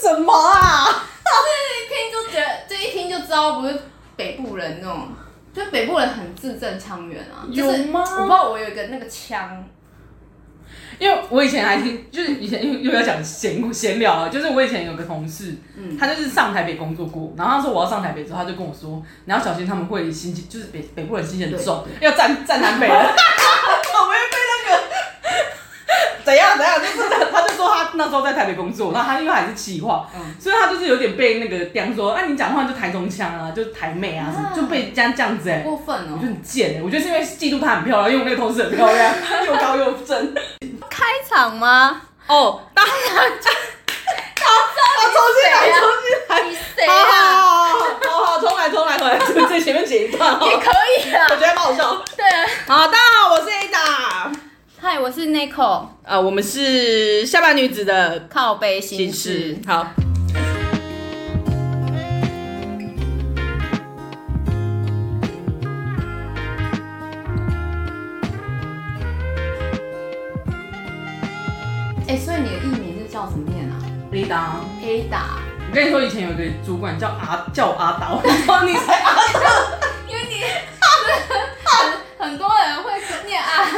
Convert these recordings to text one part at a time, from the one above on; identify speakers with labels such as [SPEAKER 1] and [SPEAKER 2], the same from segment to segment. [SPEAKER 1] 什么啊？
[SPEAKER 2] 一听就觉得，这一听就知道不是北部人那种，就北部人很字正腔圆啊。就是
[SPEAKER 1] 有吗
[SPEAKER 2] 我不知道，我有一个那个腔，
[SPEAKER 1] 因为我以前还听，就是以前又又要讲闲闲聊了，啊就是我以前有个同事，
[SPEAKER 2] 嗯
[SPEAKER 1] 他就是上台北工作过，然后他说我要上台北之后，他就跟我说，你要小心他们会心机，就是北北部人心机很重，要站站南北 人。我们被那个怎样怎样，就是他他就说他那时候在台北工作，然后他因为还是企划，
[SPEAKER 2] 嗯
[SPEAKER 1] 所以他就是有点被那个这样说，那、你讲话就台中腔啊，就台妹啊什么，
[SPEAKER 2] 啊
[SPEAKER 1] 就被这样这样子哎、
[SPEAKER 2] 过分
[SPEAKER 1] 我觉得
[SPEAKER 2] 哦。
[SPEAKER 1] 很贱哎、我觉得是因为嫉妒她很漂亮，因为我那个同事很漂 亮，又高又正。
[SPEAKER 2] 开场吗？
[SPEAKER 1] 哦，当然，好，重新来，重新来，
[SPEAKER 2] 你谁
[SPEAKER 1] 好
[SPEAKER 2] 啊？
[SPEAKER 1] 好好好好，重来，重来，重来，就最前面剪一段哦，
[SPEAKER 2] 也可以啊
[SPEAKER 1] 我。觉得蛮好笑。
[SPEAKER 2] 对啊，
[SPEAKER 1] 好，大家好，我是 Ada，
[SPEAKER 2] 嗨，我是 Nico，
[SPEAKER 1] 啊，我们是下半女子的
[SPEAKER 2] 靠背
[SPEAKER 1] 形
[SPEAKER 2] 心
[SPEAKER 1] 式
[SPEAKER 2] 事。，
[SPEAKER 1] 好。
[SPEAKER 2] 哎、所以你的艺名是叫什么念啊
[SPEAKER 1] Ada，
[SPEAKER 2] ？Ada，
[SPEAKER 1] 我跟你说，以前有一个主管叫阿叫我阿达，我说你才阿达，
[SPEAKER 2] 因为你 很很多人会念 啊。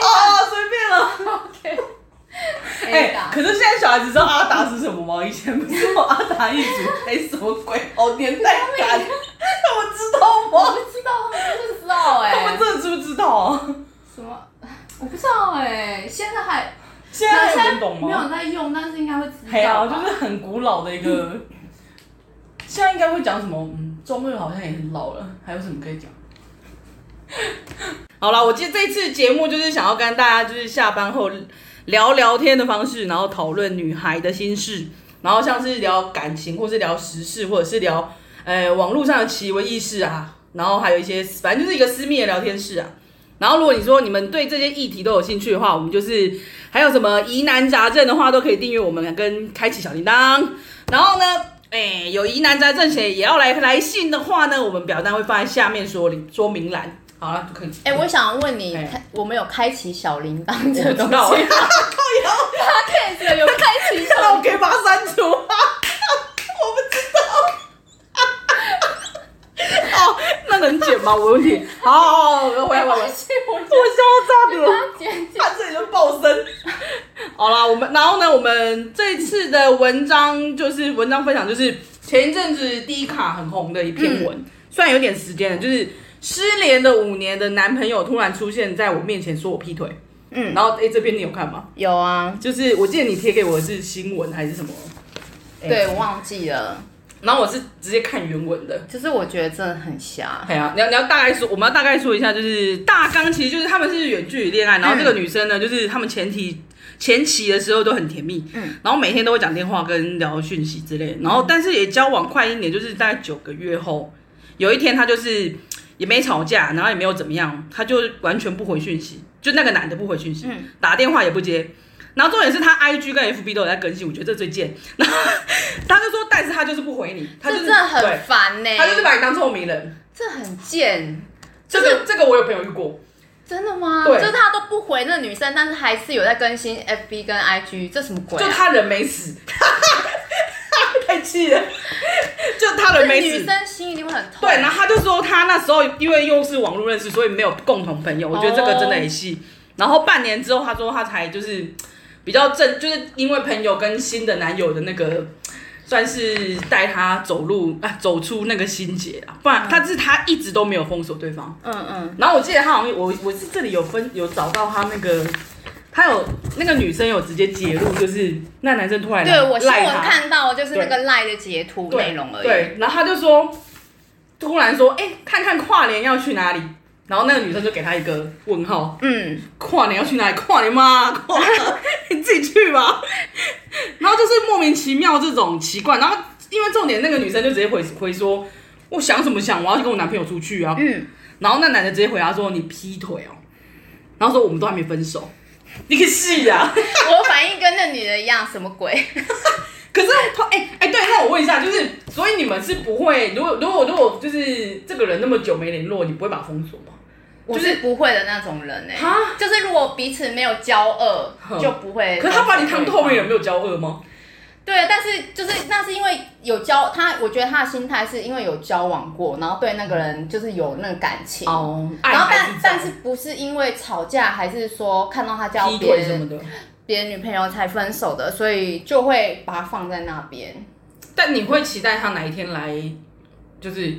[SPEAKER 1] 哦，随便了。
[SPEAKER 2] OK。
[SPEAKER 1] 哎、
[SPEAKER 2] Ada，
[SPEAKER 1] 可是现在小孩子知道阿达是什么吗？以前不是有阿达一族，哎、什么鬼？好年代感，他们知道
[SPEAKER 2] 我
[SPEAKER 1] 吗？
[SPEAKER 2] 不知道，我不知 道哎、
[SPEAKER 1] 他们真的知不知道啊？
[SPEAKER 2] 什么？我不知道哎、现在还
[SPEAKER 1] 现在还有人懂
[SPEAKER 2] 没有人
[SPEAKER 1] 吗？
[SPEAKER 2] 在用，但是应该会知
[SPEAKER 1] 嘿
[SPEAKER 2] 道
[SPEAKER 1] 啊，
[SPEAKER 2] 吧。
[SPEAKER 1] 就是很古老的一个， 现在应该会讲什么？嗯，中二好像也很老了，还有什么可以讲？ 好了，我记得这次节目就是想要跟大家就是下班后聊聊天的方式，然后讨论女孩的心事，然后像是聊感情，或是聊时事，或者是聊呃网络上的奇闻异事啊，然后还有一些反正就是一个私密的聊天室啊。然后如果你说你们对这些议题都有兴趣的话，我们就是还有什么疑难杂症的话，都可以订阅我们跟开启小铃铛。然后呢，哎、有疑难杂症写也要来来信的话呢，我们表单会放在下面说明说明栏。好了，就可以。
[SPEAKER 2] 哎、我想问你，
[SPEAKER 1] 哎
[SPEAKER 2] 开我们有开启小铃铛
[SPEAKER 1] 我
[SPEAKER 2] 这
[SPEAKER 1] 不
[SPEAKER 2] 个
[SPEAKER 1] 知
[SPEAKER 2] 东西
[SPEAKER 1] 道，
[SPEAKER 2] 吗
[SPEAKER 1] 靠
[SPEAKER 2] ？Podcast 有开启
[SPEAKER 1] 腰，那
[SPEAKER 2] 小
[SPEAKER 1] 我可以把它删除吗？我不知 道。哦，那能剪吗？我问题。好好好，我回来，我回来。我笑到炸点。
[SPEAKER 2] 铃铛，
[SPEAKER 1] 他这里就爆声。好啦，我们然后呢，我们这次的文章就是文章分享，就是前一阵子第一卡很红的一篇
[SPEAKER 2] 嗯
[SPEAKER 1] 文，虽然有点时间了，就是失联的五年的男朋友突然出现在我面前，说我劈腿。嗯，然后诶，这篇你有看吗？
[SPEAKER 2] 有啊，
[SPEAKER 1] 就是我记得你贴给我的是新闻还是什么？哎
[SPEAKER 2] 对，我忘记了，
[SPEAKER 1] 然后我是直接看原文的。
[SPEAKER 2] 就是我觉得真的很瞎，
[SPEAKER 1] 哎呀，你要你要大概说，我们要大概说一下，就是大纲其实就是他们是远距离恋爱，然后
[SPEAKER 2] 嗯
[SPEAKER 1] 这个女生呢，就是他们前提前期的时候都很甜蜜，嗯，然后每天都会讲电话跟聊讯息之类，
[SPEAKER 2] 嗯
[SPEAKER 1] 然后但是也交往快一年，就是大概九个月后，有一天他就是也没吵架，然后也没有怎么样，他就完全不回讯息，就那个男的不回讯息，
[SPEAKER 2] 嗯
[SPEAKER 1] 打电话也不接。然后重点是他 I G 跟 F B 都有在更新，我觉得这最 贱。然后他就说，但是他就是不回你，他
[SPEAKER 2] 这
[SPEAKER 1] 就是
[SPEAKER 2] 真的
[SPEAKER 1] 对
[SPEAKER 2] 很烦呢、
[SPEAKER 1] 他就是把你当透明人。
[SPEAKER 2] 这很贱，
[SPEAKER 1] 这个这个我有朋友遇过，
[SPEAKER 2] 真的吗？
[SPEAKER 1] 对
[SPEAKER 2] 就是他都不回那女生，但是还是有在更新 FB 跟 IG，这什么鬼、
[SPEAKER 1] 就
[SPEAKER 2] 啊？
[SPEAKER 1] 他人没 死，太气了， 就他人
[SPEAKER 2] 这
[SPEAKER 1] 没
[SPEAKER 2] 女
[SPEAKER 1] 死。
[SPEAKER 2] 生心一定会很痛。
[SPEAKER 1] 对，然后他就说他那时候因为又是网络认识，所以没有共同朋
[SPEAKER 2] 哦
[SPEAKER 1] 友。我觉得这个真的很细。然后半年之后，他说他才就是比较正，就是因为朋友跟新的男友的那个。算是带他走路啊，走出那个心结啊，不然他是他一直都没有封锁对方，
[SPEAKER 2] 嗯嗯，
[SPEAKER 1] 然后我记得他好像我我是这里有分有找到他那个，他有那个女生有直接揭露，就是那男生突然
[SPEAKER 2] 对我新
[SPEAKER 1] 赖
[SPEAKER 2] 闻
[SPEAKER 1] 他
[SPEAKER 2] 看到就是那个赖的截图
[SPEAKER 1] 对
[SPEAKER 2] 内容而已。
[SPEAKER 1] 对，然后他就说，突然说，哎、看看跨年要去哪里，然后那个女生就给他一个问号，
[SPEAKER 3] 嗯，
[SPEAKER 1] 跨年要去哪里？跨年吗？ 跨年你自己去吧。然后就是莫名其妙这种奇怪，然后因为重点那个女生就直接回回说，我想什么想，我要去跟我男朋友出去啊。
[SPEAKER 3] 嗯，
[SPEAKER 1] 然后那男的直接回答说你劈腿哦，然后说我们都还没分 手，你个屁
[SPEAKER 2] 啊
[SPEAKER 1] 呀、
[SPEAKER 2] 我的反应跟那女的一样，什么 鬼？
[SPEAKER 1] 可是他哎哎、对，那我问一下，就是所以你们是不会，如果如果如果就是这个人那么久没联络，你不会把他封锁吗？
[SPEAKER 2] 我是不会的那种人哎、
[SPEAKER 1] 哈
[SPEAKER 2] 就是如果彼此没有交恶
[SPEAKER 1] 哼，
[SPEAKER 2] 就不会。
[SPEAKER 1] 可是他把你当透明人，没有交恶吗？
[SPEAKER 2] 对，但是就是那是因为有交他，我觉得他的心态是因为有交往过，然后对那个人就是有那个感情。
[SPEAKER 1] 哦，爱
[SPEAKER 2] 然后
[SPEAKER 1] 还
[SPEAKER 2] 但
[SPEAKER 1] 是
[SPEAKER 2] 但是不是因为吵架，还是说看到他交
[SPEAKER 1] 劈
[SPEAKER 2] 别
[SPEAKER 1] 腿什么
[SPEAKER 2] 人
[SPEAKER 1] 的，
[SPEAKER 2] 别人女朋友才分手的，所以就会把他放在那边。
[SPEAKER 1] 但你会期待他哪一天来，就是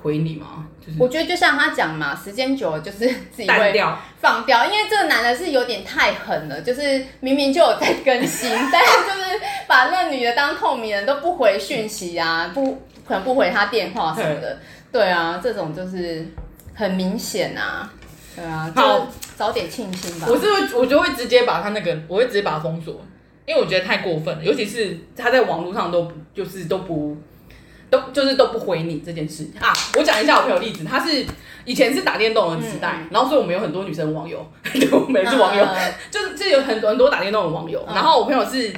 [SPEAKER 1] 回你吗？就是
[SPEAKER 2] 我觉得就像他讲嘛，时间久了就是自己
[SPEAKER 1] 淡
[SPEAKER 2] 会
[SPEAKER 1] 掉。
[SPEAKER 2] 放掉，因为这个男的是有点太狠了，就是明明就有在更新，但是就是把那女的当透明人都不回讯息啊，不可能不回他电话什么的。对啊，这种就是很明显啊。对啊，
[SPEAKER 1] 好
[SPEAKER 2] 就早点庆幸吧。
[SPEAKER 1] 我是会，我就会直接把他那个，我会直接把他封锁，因为我觉得太过分了，尤其是他在网络上都不就是都不。都就是都不回你这件事啊！我讲一下我朋友例子，他是以前是打电动的时代，然后所以我们有很多女生网友， 对，我们也是网友，
[SPEAKER 2] 嗯
[SPEAKER 1] 就是就是有很多很多打电动的网友。然后我朋友是，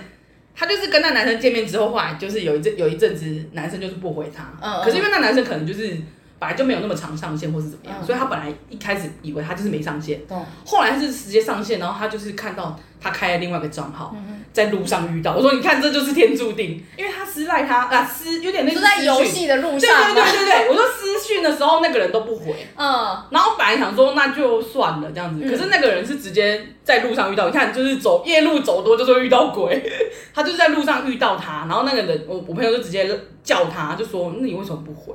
[SPEAKER 1] 他就是跟那男生见面之后，后来就是有一阵有一阵子，男生就是不回他，
[SPEAKER 2] 嗯嗯
[SPEAKER 1] 可是因为那男生可能就是本来就没有那么常上线或是怎么样，
[SPEAKER 2] 嗯
[SPEAKER 1] 所以他本来一开始以为他就是没上线，
[SPEAKER 2] 懂
[SPEAKER 1] 后来是直接上线，然后他就是看到他开了另外一个账号，在路上遇到。我说你看这就是天注定，因为他私赖他啊私有点类
[SPEAKER 2] 就
[SPEAKER 1] 似
[SPEAKER 2] 在游
[SPEAKER 1] 私讯。
[SPEAKER 2] 戏的路
[SPEAKER 1] 对
[SPEAKER 2] 上
[SPEAKER 1] 对
[SPEAKER 2] 嘛
[SPEAKER 1] 对。对对，我说私讯的时候那个人都不回，
[SPEAKER 2] 嗯，
[SPEAKER 1] 然后本来想说那就算了这样子，
[SPEAKER 2] 嗯
[SPEAKER 1] 可是那个人是直接在路上遇到，你看就是走夜路走多就是会遇到鬼，他就是在路上遇到他，然后那个人我我朋友就直接叫他，就说那你为什么不回？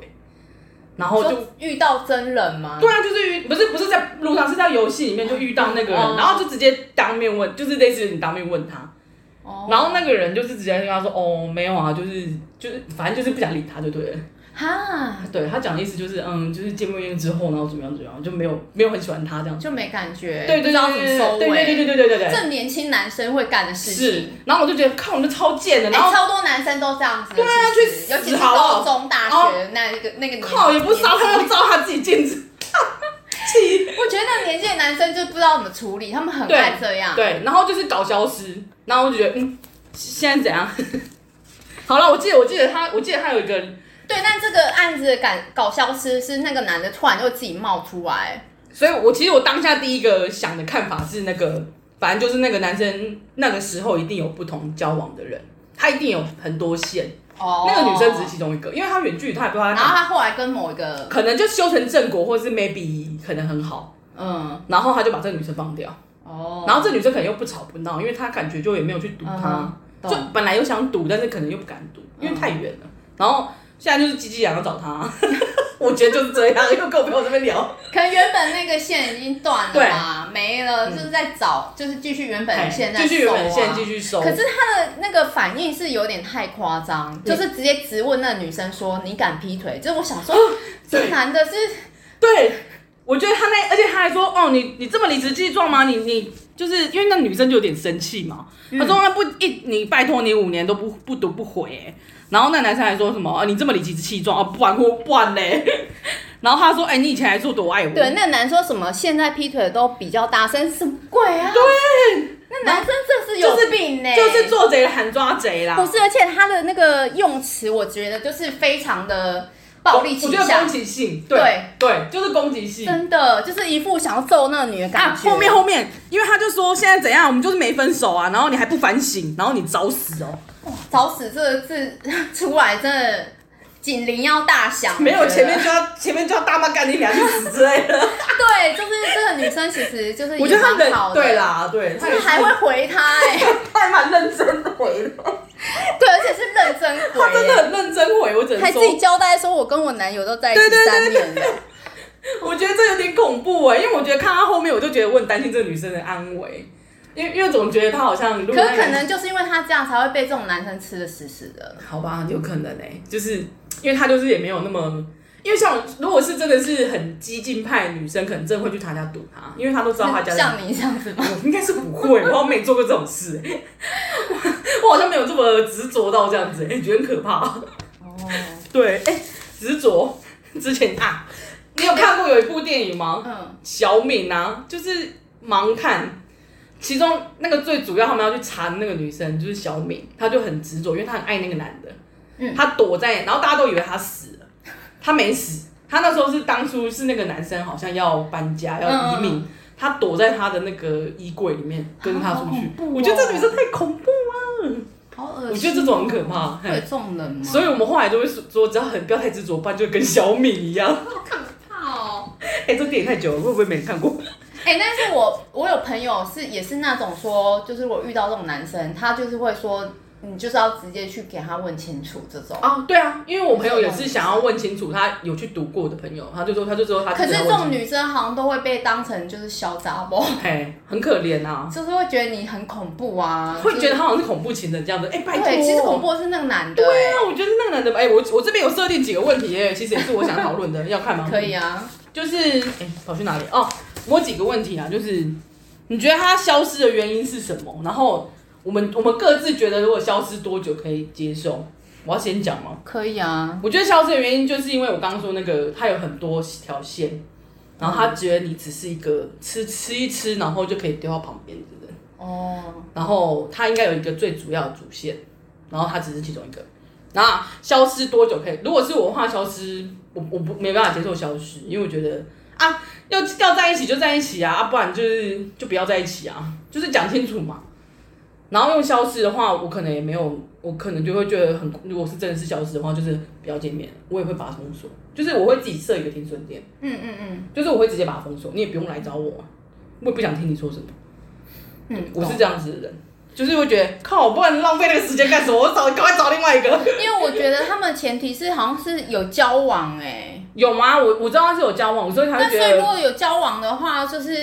[SPEAKER 1] 然后就
[SPEAKER 2] 说遇到真人吗？
[SPEAKER 1] 对啊，就是遇不是不是在路上，是在游戏里面就遇到那个人，
[SPEAKER 2] 哦
[SPEAKER 1] 然后就直接当面问，就是类似你当面问他，
[SPEAKER 2] 哦，
[SPEAKER 1] 然后那个人就是直接跟他说哦没有啊，就是就是反正就是不想理他就对了。
[SPEAKER 2] 哈
[SPEAKER 1] 对他讲的意思就是嗯就是见面之后然后怎么样怎么样就没有没有很喜欢他这样子。
[SPEAKER 2] 就没感觉，
[SPEAKER 1] 对对对
[SPEAKER 2] 不知道怎么收
[SPEAKER 1] 对
[SPEAKER 2] 尾。
[SPEAKER 1] 对对对对对对对对，
[SPEAKER 2] 这年轻男生会干的事
[SPEAKER 1] 是
[SPEAKER 2] 情。。
[SPEAKER 1] 然后我就觉得看我们就超贱的，
[SPEAKER 2] 哎、
[SPEAKER 1] 然后
[SPEAKER 2] 超多男生都这样子的，
[SPEAKER 1] 对啊
[SPEAKER 2] 其实
[SPEAKER 1] 去死
[SPEAKER 2] 尤其是
[SPEAKER 1] 好不好
[SPEAKER 2] 高中、大学那一个那个年
[SPEAKER 1] 靠也不烧他，又照他自己镜子，气。
[SPEAKER 2] 我觉得那个年纪的男生就不知道怎么处理，他们很爱这样。
[SPEAKER 1] 对，然后就是搞消失，然后我就觉得，嗯，现在怎样？ 好了，我记得，我记得他，我记得他有一个，
[SPEAKER 2] 对，但这个案子的感搞消失是那个男的突然就自己冒出来，
[SPEAKER 1] 所以我其实我当下第一个想的看法是那个，反正就是那个男生那个时候一定有不同交往的人，他一定有很多线，
[SPEAKER 2] 哦
[SPEAKER 1] 那个女生只是其中一个，因为他远距离，他也不知道他
[SPEAKER 2] 然
[SPEAKER 1] 在
[SPEAKER 2] 后
[SPEAKER 1] 哪，
[SPEAKER 2] 他后来跟某一个，
[SPEAKER 1] 可能就修成正果，或是 maybe 可能很好，
[SPEAKER 2] 嗯，
[SPEAKER 1] 然后他就把这个女生放掉。
[SPEAKER 2] 哦，
[SPEAKER 1] 然后这女生可能又不吵不闹，因为她感觉就也没有去堵她，
[SPEAKER 2] 嗯
[SPEAKER 1] 就
[SPEAKER 2] 懂嗯
[SPEAKER 1] 本来又想堵，但是可能又不敢堵，因为太远了。然后现在就是积极想要找她， 我觉得就是这样，因为我跟我朋友这边聊，
[SPEAKER 2] 可能原本那个线已经断了嘛，没了，就是在找，就是继续原本的线在、
[SPEAKER 1] 嗯哎
[SPEAKER 2] 啊
[SPEAKER 1] 继续原本线继。续收。啊
[SPEAKER 2] 可是他的那个反应是有点太夸张，就是直接直问那个女生说：“你敢劈腿？”就是我想说，这
[SPEAKER 1] 啊对
[SPEAKER 2] 男的是
[SPEAKER 1] 对，我觉得他那，而且他还说，哦，你你这么理直气壮吗？你你就是因为那女生就有点生气嘛，他说那不一你拜托你五年都不不读不回、欸，然后那男生还说什么，啊、你这么理直气壮啊，不然我不然嘞， 然后他说，哎、你以前还说多爱我，
[SPEAKER 2] 对那男说什么？现在劈腿都比较大声，什么鬼啊？对，那男生真是有病呢、
[SPEAKER 1] 就是做贼喊抓贼啦。
[SPEAKER 2] 不是，而且他的那个用词，我觉得就是非常的暴力
[SPEAKER 1] 我
[SPEAKER 2] 倾
[SPEAKER 1] 觉得攻
[SPEAKER 2] 向，
[SPEAKER 1] 击性，
[SPEAKER 2] 对
[SPEAKER 1] 对，就是攻击性。
[SPEAKER 2] 真的就是一副想要揍那个女的感
[SPEAKER 1] 啊，
[SPEAKER 2] 觉。
[SPEAKER 1] 后面后面，因为他就说现在怎样，我们就是没分手啊，然后你还不反省，然后你找死哦。
[SPEAKER 2] 找死这个字出来，真的警铃要大响。
[SPEAKER 1] 没
[SPEAKER 2] 我
[SPEAKER 1] 有
[SPEAKER 2] 觉得
[SPEAKER 1] 前面 就要前面就要大骂干你俩去死之类的。
[SPEAKER 2] 对，就是这个女生其实就是
[SPEAKER 1] 我觉得他
[SPEAKER 2] 也蛮
[SPEAKER 1] 人
[SPEAKER 2] 好的，
[SPEAKER 1] 对，啦，对，他
[SPEAKER 2] 就是还会回他哎、
[SPEAKER 1] 他还蛮认真回的，
[SPEAKER 2] 对，而且是认真 回、
[SPEAKER 1] 他真的很认真回，我只
[SPEAKER 2] 还
[SPEAKER 1] 能
[SPEAKER 2] 自
[SPEAKER 1] 说，
[SPEAKER 2] 己交代说，我跟我男友都在一
[SPEAKER 1] 对
[SPEAKER 2] 起
[SPEAKER 1] 对对
[SPEAKER 2] 三年了。
[SPEAKER 1] 我觉得这有点恐怖哎、因为我觉得看他后面，我就觉得我很担心这个女生的安危，因为因为总觉得她好像如果
[SPEAKER 2] 可
[SPEAKER 1] 那
[SPEAKER 2] 是
[SPEAKER 1] 个
[SPEAKER 2] 可能就是因为他这样，才会被这种男生吃的死死的。
[SPEAKER 1] 欸好吧，有可能哎、就是因为他就是也没有那么，因为像我如果是真的是很激进派的女生，可能真的会去他家堵他，因为他都知道他家在哪
[SPEAKER 2] 像你这样子吗？
[SPEAKER 1] 我应该是不会，我好像没做过这种事、 欸我我好像没有这么执着到这样子、欸，你觉得很可怕、
[SPEAKER 2] 哦，
[SPEAKER 1] 对，哎、执着之前啊， 你有看过有一部电影吗？
[SPEAKER 2] 嗯，
[SPEAKER 1] 小敏啊，就是盲看，其中那个最主要他们要去查那个女生就是小敏，她就很执着，因为她很爱那个男的，
[SPEAKER 2] 嗯
[SPEAKER 1] 她躲在，然后大家都以为她死了，她没死，她那时候是当初是那个男生好像要搬家要移民。
[SPEAKER 2] 嗯
[SPEAKER 1] 她躲在她的那个衣柜里面，跟着她出去
[SPEAKER 2] 好。恐怖哦
[SPEAKER 1] 我觉得这女生太恐怖了，
[SPEAKER 2] 好恶心哦。
[SPEAKER 1] 我觉得这种很可怕嘿
[SPEAKER 2] 会有这种人吗？
[SPEAKER 1] 所以我们后来就会说，说只要很不要太执着，不然就跟小敏一样。
[SPEAKER 2] 好可怕哦。
[SPEAKER 1] 哎、这电影太久了，会不会没看过？
[SPEAKER 2] 哎、但是我我有朋友是也是那种说，就是我遇到这种男生，他就是会说，你就是要直接去给他问清楚这种。
[SPEAKER 1] 啊，对啊，因为我朋友也是想要问清楚，他有去读过的朋友，他就说，他就说他
[SPEAKER 2] 可是
[SPEAKER 1] 只要
[SPEAKER 2] 这
[SPEAKER 1] 问
[SPEAKER 2] 种
[SPEAKER 1] 清
[SPEAKER 2] 女生好像都会被当成就是小杂 包，
[SPEAKER 1] 楚，哎，很可怜啊，
[SPEAKER 2] 就是会觉得你很恐怖啊，
[SPEAKER 1] 会
[SPEAKER 2] 就是
[SPEAKER 1] 觉得他好像是恐怖情人这样子，哎，拜托，
[SPEAKER 2] 对，其实恐。怖的是那个男的、
[SPEAKER 1] 对啊，我觉得那个男的，哎，我我这边有设定几个问题，哎，其实也是我想讨论的，要看吗？
[SPEAKER 2] 哎，可以啊，
[SPEAKER 1] 就是哎，跑去哪里？哦，我有几个问题啊，就是你觉得他消失的原因是什么？然后我们我们各自觉得如果消失多久可以接受？我要先讲吗？
[SPEAKER 2] 可以啊，
[SPEAKER 1] 我觉得消失的原因就是因为我刚刚说那个，它有很多条线，然后他觉得你只是一个吃吃一吃，然后就可以丢到旁边的人，
[SPEAKER 2] 哦，
[SPEAKER 1] 然后他应该有一个最主要的主线，然后他只是其中一个。那消失多久可以？如果是我的话，消失我我不没办法接受消失，因为我觉得啊，要要在一起就在一起啊，啊不然就是就不要在一起啊，就是讲清楚嘛。然后用消失的话，我可能也没有，我可能就会觉得很，如果是真的是消失的话，就是不要见面，我也会把它封锁，就是我会自己设一个停损点，
[SPEAKER 2] 嗯嗯嗯，
[SPEAKER 1] 就是我会直接把它封锁，你也不用来找我啊、我也不想听你说什么。
[SPEAKER 2] 嗯
[SPEAKER 1] 我是这样子的人，就是会觉得靠，不然浪费那个时间干什么？我找赶快找另外一个。
[SPEAKER 2] 因为我觉得他们前提是好像是有交往哎、
[SPEAKER 1] 有吗？我我知道他是有交往，所以他
[SPEAKER 2] 那
[SPEAKER 1] 就觉
[SPEAKER 2] 所以如
[SPEAKER 1] 得
[SPEAKER 2] 果有交往的话，就是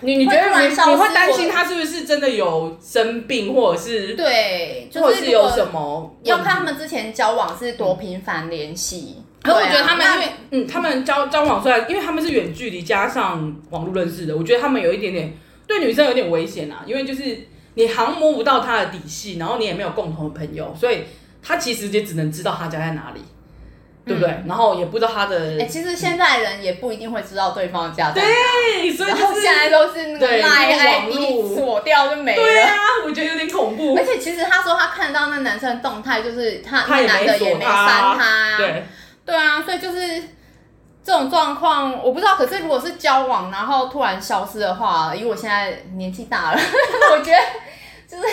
[SPEAKER 1] 你你觉
[SPEAKER 2] 会
[SPEAKER 1] 得
[SPEAKER 2] 突然
[SPEAKER 1] 你
[SPEAKER 2] 消失
[SPEAKER 1] 你会担心
[SPEAKER 2] 我
[SPEAKER 1] 他是不是真的有生病，或者是
[SPEAKER 2] 对，就
[SPEAKER 1] 或者
[SPEAKER 2] 是
[SPEAKER 1] 是
[SPEAKER 2] 如
[SPEAKER 1] 有
[SPEAKER 2] 果
[SPEAKER 1] 什么？
[SPEAKER 2] 要看他。们之前交往是多频繁联系。
[SPEAKER 1] 嗯可
[SPEAKER 2] 对
[SPEAKER 1] 我
[SPEAKER 2] 啊
[SPEAKER 1] 觉得他们
[SPEAKER 2] 那
[SPEAKER 1] 因为嗯，他们交交往虽然因为他们是远距离加上网络认识的，我觉得他们有一点点对女生有点危险啊，因为就是你航摸不到他的底细，然后你也没有共同的朋友，所以他其实也只能知道他家在哪里，对不对？然后也不知道他的
[SPEAKER 2] 嗯哎、其实现在人也不一定会知道对方的家长，
[SPEAKER 1] 对，所以
[SPEAKER 2] 然
[SPEAKER 1] 就
[SPEAKER 2] 后
[SPEAKER 1] 是
[SPEAKER 2] 现在都是那个
[SPEAKER 1] 对
[SPEAKER 2] Line
[SPEAKER 1] 就是网
[SPEAKER 2] ID
[SPEAKER 1] 络
[SPEAKER 2] 锁掉就没
[SPEAKER 1] 对
[SPEAKER 2] 了。
[SPEAKER 1] 啊，我觉得有点恐怖
[SPEAKER 2] 而。且其实他说他看到那男生的动态，就是他
[SPEAKER 1] 他也
[SPEAKER 2] 那男
[SPEAKER 1] 没
[SPEAKER 2] 的也
[SPEAKER 1] 锁
[SPEAKER 2] 没
[SPEAKER 1] 他啊
[SPEAKER 2] 删他，
[SPEAKER 1] 对，
[SPEAKER 2] 对啊，所以就是这种状况，我不知道。可是如果是交往然后突然消失的话，因为我现在年纪大了， 我觉得就是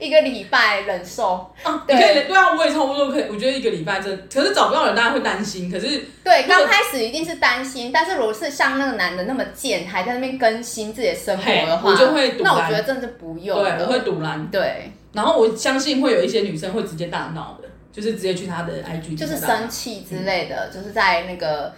[SPEAKER 2] 一个礼拜忍受。
[SPEAKER 1] 啊，
[SPEAKER 2] 对
[SPEAKER 1] 你可以对啊，我也差不多可以。我觉得一个礼拜真的，可是找不到人，大家会担心。可是
[SPEAKER 2] 对，
[SPEAKER 1] 如果
[SPEAKER 2] 刚开始一定是担心，但是如果是像那个男的那么贱，还在那边更新自己的生活的
[SPEAKER 1] 嘿
[SPEAKER 2] 话，
[SPEAKER 1] 我就会堵
[SPEAKER 2] 那我
[SPEAKER 1] 拦
[SPEAKER 2] 觉得真的不
[SPEAKER 1] 对，
[SPEAKER 2] 用了。
[SPEAKER 1] 我会堵拦。
[SPEAKER 2] 对，
[SPEAKER 1] 然后我相信会有一些女生会直接大闹的，就是直接去她的 IG，
[SPEAKER 2] 就是
[SPEAKER 1] 大闹
[SPEAKER 2] 生气之类的，就是在那个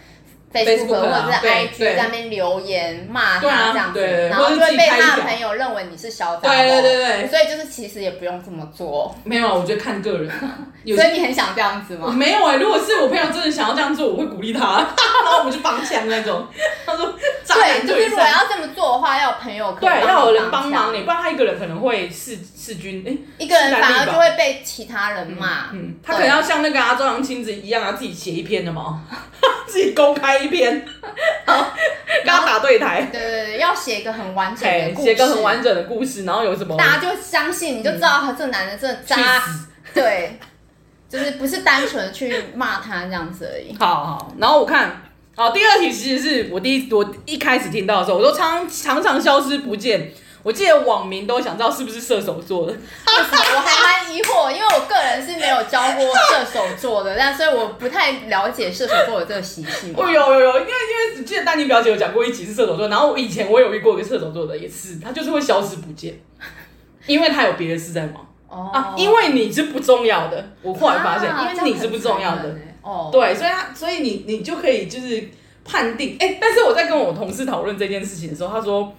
[SPEAKER 1] Facebook
[SPEAKER 2] Facebook 或
[SPEAKER 1] 啊
[SPEAKER 2] 者是
[SPEAKER 1] 对
[SPEAKER 2] IG
[SPEAKER 1] 对
[SPEAKER 2] 在那边留言骂
[SPEAKER 1] 对啊
[SPEAKER 2] 他这样子，
[SPEAKER 1] 对
[SPEAKER 2] 然后
[SPEAKER 1] 或
[SPEAKER 2] 就
[SPEAKER 1] 者自
[SPEAKER 2] 会
[SPEAKER 1] 己
[SPEAKER 2] 被
[SPEAKER 1] 开一
[SPEAKER 2] 他
[SPEAKER 1] 条
[SPEAKER 2] 的朋友认为你是小杂
[SPEAKER 1] 对对
[SPEAKER 2] 包。
[SPEAKER 1] 对对，
[SPEAKER 2] 所以就是其实也不用这么做，
[SPEAKER 1] 没有啊，我觉得看个人 啊。有
[SPEAKER 2] 所
[SPEAKER 1] 些
[SPEAKER 2] 以你很想这样子
[SPEAKER 1] 我
[SPEAKER 2] 吗？
[SPEAKER 1] 没有哎、如果是我朋友真的想要这样做，我会鼓励他， 然后我们就帮腔那种。他说，渣男
[SPEAKER 2] 对，就是如
[SPEAKER 1] 上
[SPEAKER 2] 果要这么做的话，要有朋友可以
[SPEAKER 1] 对，
[SPEAKER 2] 帮
[SPEAKER 1] 要有人
[SPEAKER 2] 帮
[SPEAKER 1] 帮
[SPEAKER 2] 忙
[SPEAKER 1] 忙你，不然他一个人可能会势势均哎，
[SPEAKER 2] 一个人
[SPEAKER 1] 势单
[SPEAKER 2] 反
[SPEAKER 1] 力
[SPEAKER 2] 而
[SPEAKER 1] 薄
[SPEAKER 2] 就会被其他人骂。
[SPEAKER 1] 嗯，他可能要像那个啊周扬青子一样啊，自己写一篇的嘛， 自己公开一篇， 跟他打对台，
[SPEAKER 2] 对对对，要写一个很完整的
[SPEAKER 1] 哎，
[SPEAKER 2] 故事，
[SPEAKER 1] 写个很完整的故事，然后有什么
[SPEAKER 2] 大家就相信，你就知道他这男的真的
[SPEAKER 1] 去
[SPEAKER 2] 渣，
[SPEAKER 1] 死
[SPEAKER 2] 对，就是不是单纯地去骂他这样子而已。
[SPEAKER 1] 好好，然后我看，好，第二题其实是我第一我一开始听到的时候，我都常常常消失不见。我记得网民都想知道是不是射手座的，
[SPEAKER 2] 为什么？我还蛮疑惑，因为我个人是没有教过射手座的，但所以我不太了解射手座的这个习性。
[SPEAKER 1] 哦，有有有，因为因为记得丹妮表姐有讲过一集是射手座，然后我以前我有遇过一个射手座的，也是他就是会消失不见，因为他有别的事在忙。
[SPEAKER 2] 哦
[SPEAKER 1] 啊，因为你是不重要的，我后来发现，
[SPEAKER 2] 啊
[SPEAKER 1] 因为你是不重要
[SPEAKER 2] 这样
[SPEAKER 1] 的
[SPEAKER 2] 很，残忍欸哦，
[SPEAKER 1] 对，所以他，啊所以你你就可以就是判定，哎、但是我在跟我同事讨论这件事情的时候，他说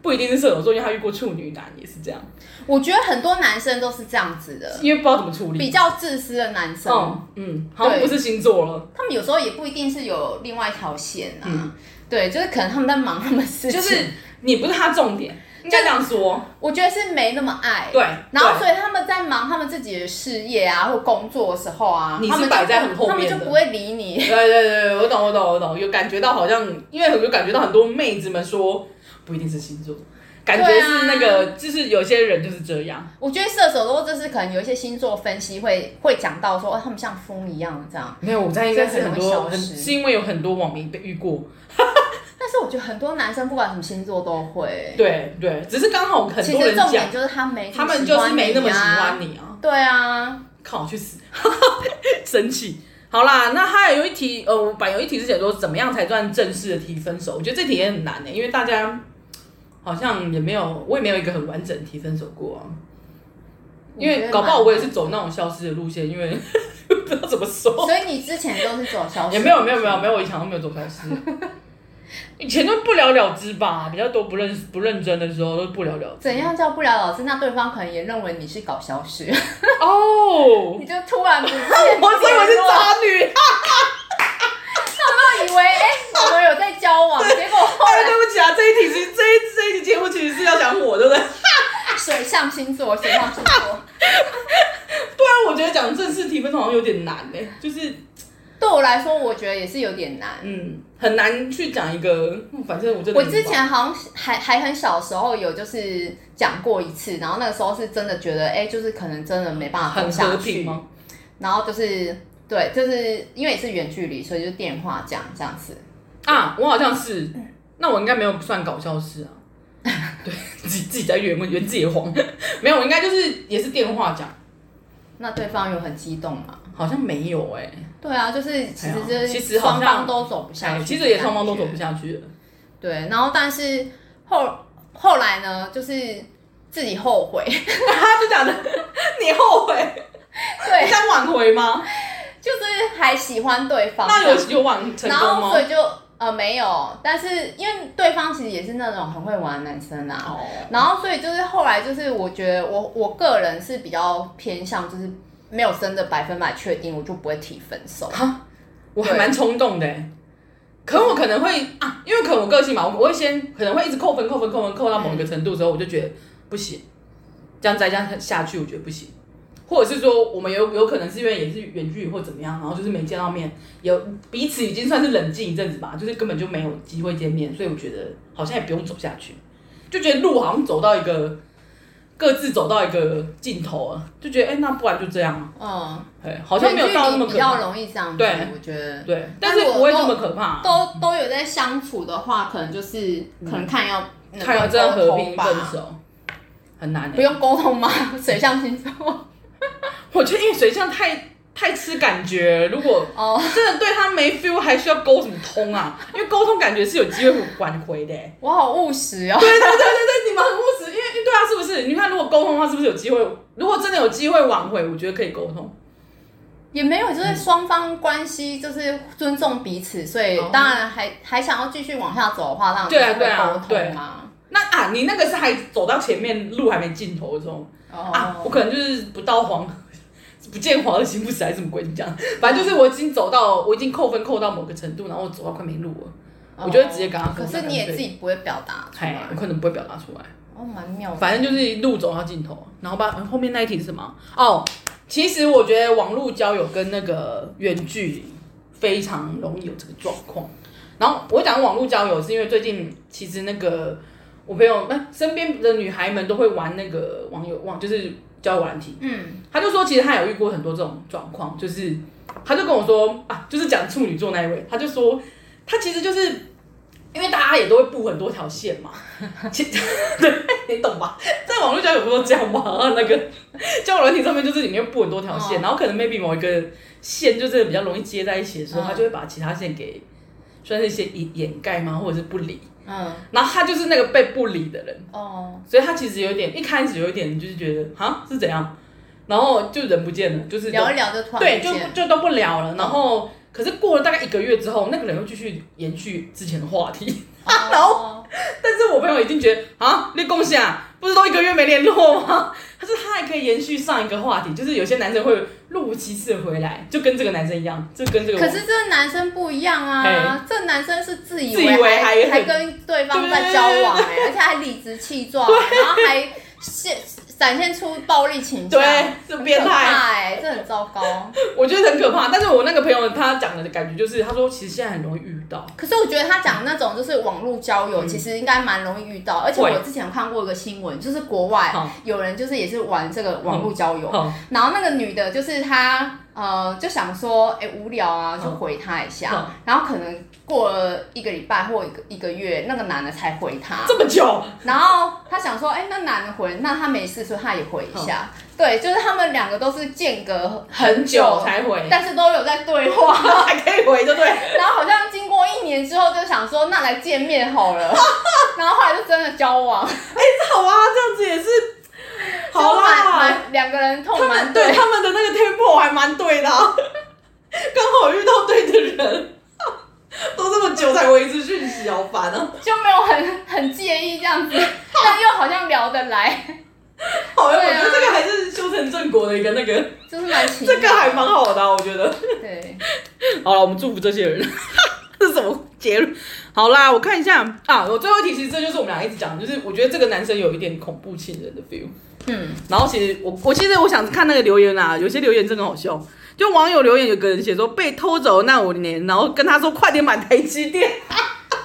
[SPEAKER 1] 不一定是射手座，因为他遇过处女男也是这样，
[SPEAKER 2] 我觉得很多男生都是这样子的，
[SPEAKER 1] 因为不知道怎么处
[SPEAKER 2] 比
[SPEAKER 1] 理。
[SPEAKER 2] 较自私的男生，
[SPEAKER 1] 嗯嗯，好像不是星座了，
[SPEAKER 2] 他们有时候也不一定是有另外一条线啊。
[SPEAKER 1] 嗯
[SPEAKER 2] 对，就是可能他们在忙他们事
[SPEAKER 1] 就
[SPEAKER 2] 情，
[SPEAKER 1] 是你不是他重点，应该这样说。
[SPEAKER 2] 我觉得是没那么爱。
[SPEAKER 1] 对
[SPEAKER 2] 然后
[SPEAKER 1] 对
[SPEAKER 2] 所以他们在忙他们自己的事业啊或工作的时候啊，
[SPEAKER 1] 你是
[SPEAKER 2] 他们就
[SPEAKER 1] 摆在
[SPEAKER 2] 不
[SPEAKER 1] 很后
[SPEAKER 2] 他们
[SPEAKER 1] 面
[SPEAKER 2] 就
[SPEAKER 1] 的
[SPEAKER 2] 不会理你。
[SPEAKER 1] 对对对，我懂我懂我懂，有感觉到好像，因为有感觉到很多妹子们说不一定是星座，感觉是那个，
[SPEAKER 2] 啊
[SPEAKER 1] 就是有些人就是这样，
[SPEAKER 2] 我觉得射手座就是可能有一些星座分析会会讲到说，哦，他们像风一样这样。
[SPEAKER 1] 没有，我猜应该是很
[SPEAKER 2] 真的
[SPEAKER 1] 多，
[SPEAKER 2] 很
[SPEAKER 1] 很
[SPEAKER 2] 消失
[SPEAKER 1] 是因为有很多网民被遇过，
[SPEAKER 2] 但是我觉得很多男生不管什么星座都会。
[SPEAKER 1] 对对，只是刚好很
[SPEAKER 2] 其
[SPEAKER 1] 多
[SPEAKER 2] 实
[SPEAKER 1] 人
[SPEAKER 2] 重
[SPEAKER 1] 讲
[SPEAKER 2] 点，就是他没、
[SPEAKER 1] 他们就是没那么喜欢。你啊，
[SPEAKER 2] 对啊，
[SPEAKER 1] 靠，去死， 生气。好啦，那还有一题，呃，我本来有一题是写说怎么样才算正式的提分手，我觉得这题也很难欸呢、因为大家好像也没有，我也没有一个很完整的提分手过啊。因
[SPEAKER 2] 我觉
[SPEAKER 1] 为
[SPEAKER 2] 得
[SPEAKER 1] 搞不好
[SPEAKER 2] 蛮
[SPEAKER 1] 我也是走那种消失的路线，因为 不知道怎么说。
[SPEAKER 2] 所以你之前都是走消
[SPEAKER 1] 哦
[SPEAKER 2] 失，
[SPEAKER 1] 也没有没有没有没有，我以前都没有走消失，以前都不了了之吧，比较多不认识不认真的时候都不了 了之。
[SPEAKER 2] 怎样叫不了老师？那对方可能也认为你是搞消 失，
[SPEAKER 1] 哦，，
[SPEAKER 2] 你就突然不 见
[SPEAKER 1] 我以为是
[SPEAKER 2] 他
[SPEAKER 1] 渣女。
[SPEAKER 2] 们以为哎、我们有在交往，结果后
[SPEAKER 1] 哎，
[SPEAKER 2] 来
[SPEAKER 1] 对不起啊，这一题是这一这一集节目其实是要讲我，对不对？不
[SPEAKER 2] 水象星座，水象星座。
[SPEAKER 1] 然我觉得讲正式提分手好像有点难呢、就是
[SPEAKER 2] 对我来说，我觉得也是有点难。
[SPEAKER 1] 嗯，很难去讲一个，嗯反正我真的
[SPEAKER 2] 我
[SPEAKER 1] 很
[SPEAKER 2] 之前好像还还很小的时候有就是讲过一次，然后那个时候是真的觉得，哎、就是可能真的没办法
[SPEAKER 1] 很
[SPEAKER 2] 走
[SPEAKER 1] 和
[SPEAKER 2] 下
[SPEAKER 1] 平
[SPEAKER 2] 去，
[SPEAKER 1] 吗？
[SPEAKER 2] 然后就是对，就是因为也是远距离，所以就电话讲这样子。
[SPEAKER 1] 啊，我好像是，那我应该没有算搞笑事啊。 对自己自己在圆圆自己的谎， 没有，我应该就是也是电话讲，
[SPEAKER 2] 那对方有很激动吗？
[SPEAKER 1] 好像没有哎、
[SPEAKER 2] 对啊，就是其实
[SPEAKER 1] 哎呀
[SPEAKER 2] 就
[SPEAKER 1] 其
[SPEAKER 2] 是
[SPEAKER 1] 实好
[SPEAKER 2] 双
[SPEAKER 1] 像哎
[SPEAKER 2] 方都走不下去，
[SPEAKER 1] 其实也双方都走不。下去了。
[SPEAKER 2] 对，然后但是后后来呢，就是自己后悔，
[SPEAKER 1] 他就讲的， 你后悔，你
[SPEAKER 2] 对，
[SPEAKER 1] 想挽回吗？
[SPEAKER 2] 就是还喜欢对方。
[SPEAKER 1] 那有有挽成
[SPEAKER 2] 然
[SPEAKER 1] 功
[SPEAKER 2] 后
[SPEAKER 1] 吗
[SPEAKER 2] 所？以就呃没有，但是因为对方其实也是那种很会玩的男生啊，
[SPEAKER 1] 哦
[SPEAKER 2] 然后所以就是后来就是我觉得我我个人是比较偏向就是没有真的百分百确定，我就不会提分手。
[SPEAKER 1] 我还蛮冲动的欸、可我可能会啊，因为可能我个性嘛，我我会先可能会一直扣分、扣分、扣分，扣到某一个程度之后，我就觉得不行，这样再这样下去，我觉得不行。或者是说，我们有有可能是因为也是远距离或怎么样，然后就是没见到面，有彼此已经算是冷静一阵子吧，就是根本就没有机会见面，所以我觉得好像也不用走下去，就觉得路好像走到一个各自走到一个尽头了，就觉得哎、那不然就这样啊，
[SPEAKER 2] 嗯，
[SPEAKER 1] 哎，好像没有到那么
[SPEAKER 2] 远
[SPEAKER 1] 可
[SPEAKER 2] 距离比较
[SPEAKER 1] 怕，
[SPEAKER 2] 容易这样子，
[SPEAKER 1] 对
[SPEAKER 2] 我觉得。
[SPEAKER 1] 对，但是不会
[SPEAKER 2] 那
[SPEAKER 1] 这
[SPEAKER 2] 我
[SPEAKER 1] 么可怕、啊。
[SPEAKER 2] 都都有在相处的话，可能就是可能看要
[SPEAKER 1] 看要真的和平分
[SPEAKER 2] 能不能沟通吧，
[SPEAKER 1] 手，很难、欸。
[SPEAKER 2] 不，用沟通吗？ 水象星座
[SPEAKER 1] 我觉得因为水象太太吃感觉，如果
[SPEAKER 2] 哦，
[SPEAKER 1] 真的对他没 feel，还需要沟什么通啊？因为沟通感觉是有机会挽回的、欸。
[SPEAKER 2] 我好务实哦。
[SPEAKER 1] 对对对对对，你们很务实，因为因为对啊，是不是？你看，如果沟通的话，是不是有机会？如果真的有机会挽回，我觉得可以沟通。
[SPEAKER 2] 也没有，就是双方关系就是尊重彼此，所以
[SPEAKER 1] 哦
[SPEAKER 2] 当然还还想要继续往下走的话，当然就
[SPEAKER 1] 对啊
[SPEAKER 2] 是
[SPEAKER 1] 对啊
[SPEAKER 2] 会沟
[SPEAKER 1] 对
[SPEAKER 2] 通嘛。
[SPEAKER 1] 那啊，你那个是还走到前面路还没尽头这种啊，我
[SPEAKER 2] 哦，
[SPEAKER 1] 可能就是不到黄， 不见黄河心不死还是什么鬼？你讲，反正就是我已经走到，我已经扣分扣到某个程度，然后我走到快没路了。我就会直接跟他
[SPEAKER 2] 哦可
[SPEAKER 1] 分
[SPEAKER 2] 是你也自己不会表达出
[SPEAKER 1] 哎
[SPEAKER 2] 来，，
[SPEAKER 1] 我可能不会表达出来，
[SPEAKER 2] 哦，蛮妙的。
[SPEAKER 1] 反正就是一路走到尽头，然后把嗯后面那一题是什么？哦，其实我觉得网络交友跟那个远距离非常容易有这个状况。然后我讲网络交友是因为最近其实那个我朋友那、身边的女孩们都会玩那个网友网就是交友软体，
[SPEAKER 2] 嗯，
[SPEAKER 1] 他就说，其实他有遇过很多这种状况，就是他就跟我说啊，就是讲处女座那一位，他就说他其实就是因为大家也都会布很多条线嘛，其 对，你懂吧？ 在网络交友不都这样吗？ 那 个交友软体上面就是里面布很多条线，
[SPEAKER 2] 哦
[SPEAKER 1] 然后可能 maybe 某一个线就是比较容易接在一起的时候，
[SPEAKER 2] 嗯
[SPEAKER 1] 他就会把其他线给算是一些掩掩盖吗，或者是不理，
[SPEAKER 2] 嗯，
[SPEAKER 1] 然后他就是那个被不理的人。
[SPEAKER 2] 哦，
[SPEAKER 1] 所以他其实有点一开始有点就是觉得哈是怎样，然后就人不见了，就是都
[SPEAKER 2] 聊一聊就突然
[SPEAKER 1] 对，
[SPEAKER 2] 不
[SPEAKER 1] 就
[SPEAKER 2] 见
[SPEAKER 1] 就都不聊了。然后可是过了大概一个月之后，那个人又继续延续之前的话题，
[SPEAKER 2] 哦
[SPEAKER 1] 然后但是我朋友已经觉得啊，你共享不是都一个月没联络吗？ 他说他还可以延续上一个话题，就是有些男生会若无其事地回来，就跟这个男生一样，就跟这个
[SPEAKER 2] 可是这男生不一样啊，这男生是自以
[SPEAKER 1] 自以为
[SPEAKER 2] 还
[SPEAKER 1] 还
[SPEAKER 2] 还跟对方在交往哎、而且还理直气壮，然后还现展现出暴力倾向，
[SPEAKER 1] 对这
[SPEAKER 2] 很
[SPEAKER 1] 变
[SPEAKER 2] 可
[SPEAKER 1] 态
[SPEAKER 2] 怕哎、这很糟糕。
[SPEAKER 1] 我觉得很可怕。但是我那个朋友他讲的感觉就是，他说其实现在很容易遇到，
[SPEAKER 2] 可是我觉得他讲那种就是网络交友，其实应该蛮容易遇到，而且
[SPEAKER 1] 嗯会
[SPEAKER 2] 我之前有看过一个新闻，就是国外
[SPEAKER 1] 好
[SPEAKER 2] 有人就是也是玩这个网络交友，
[SPEAKER 1] 哦，
[SPEAKER 2] 然后那个女的就是她呃就想说，哎、无聊啊，就
[SPEAKER 1] 嗯
[SPEAKER 2] 回他一下，
[SPEAKER 1] 嗯
[SPEAKER 2] 然后可能过了一个礼拜或一个一个月，那个男的才回她，
[SPEAKER 1] 这么久，
[SPEAKER 2] 然后她想说，哎、那男的回，那他没事，所以他也回一下，对，就是他们两个都是间隔
[SPEAKER 1] 很久
[SPEAKER 2] 久
[SPEAKER 1] 才回，
[SPEAKER 2] 但是都有在对话。
[SPEAKER 1] 还可以回，对不对？
[SPEAKER 2] 然后好像经过一年之后，就想说那来见面好了， 然后后来就真的交 往，
[SPEAKER 1] 好啊，这样子也是好
[SPEAKER 2] 就蛮
[SPEAKER 1] 啦。
[SPEAKER 2] 蛮两个人
[SPEAKER 1] 他
[SPEAKER 2] 痛
[SPEAKER 1] 们
[SPEAKER 2] 蛮
[SPEAKER 1] 对
[SPEAKER 2] 对，
[SPEAKER 1] 他们的那个 tempo 还蛮对的、啊， 刚好遇到对的人， 都这么久才回一次讯息，好烦啊！
[SPEAKER 2] 就没有很很介意 这样子，但又好像聊得来，
[SPEAKER 1] 好，
[SPEAKER 2] 对啊
[SPEAKER 1] 我觉得这个还是修成正果的一个那个，
[SPEAKER 2] 就是蛮奇妙
[SPEAKER 1] 这个还蛮好的啊、我觉得。
[SPEAKER 2] 对，
[SPEAKER 1] 好了，我们祝福这些人。 这是什么结论？好啦，我看一下啊，我最后一题，其实这就是我们俩一直讲的，就是我觉得这个男生有一点恐怖情人的 feel。
[SPEAKER 2] 嗯，
[SPEAKER 1] 然后其实我我其实我想看那个留言啊，有些留言真的好笑。就网友留言，有个人写说被偷走那五年，然后跟他说快点买台积电。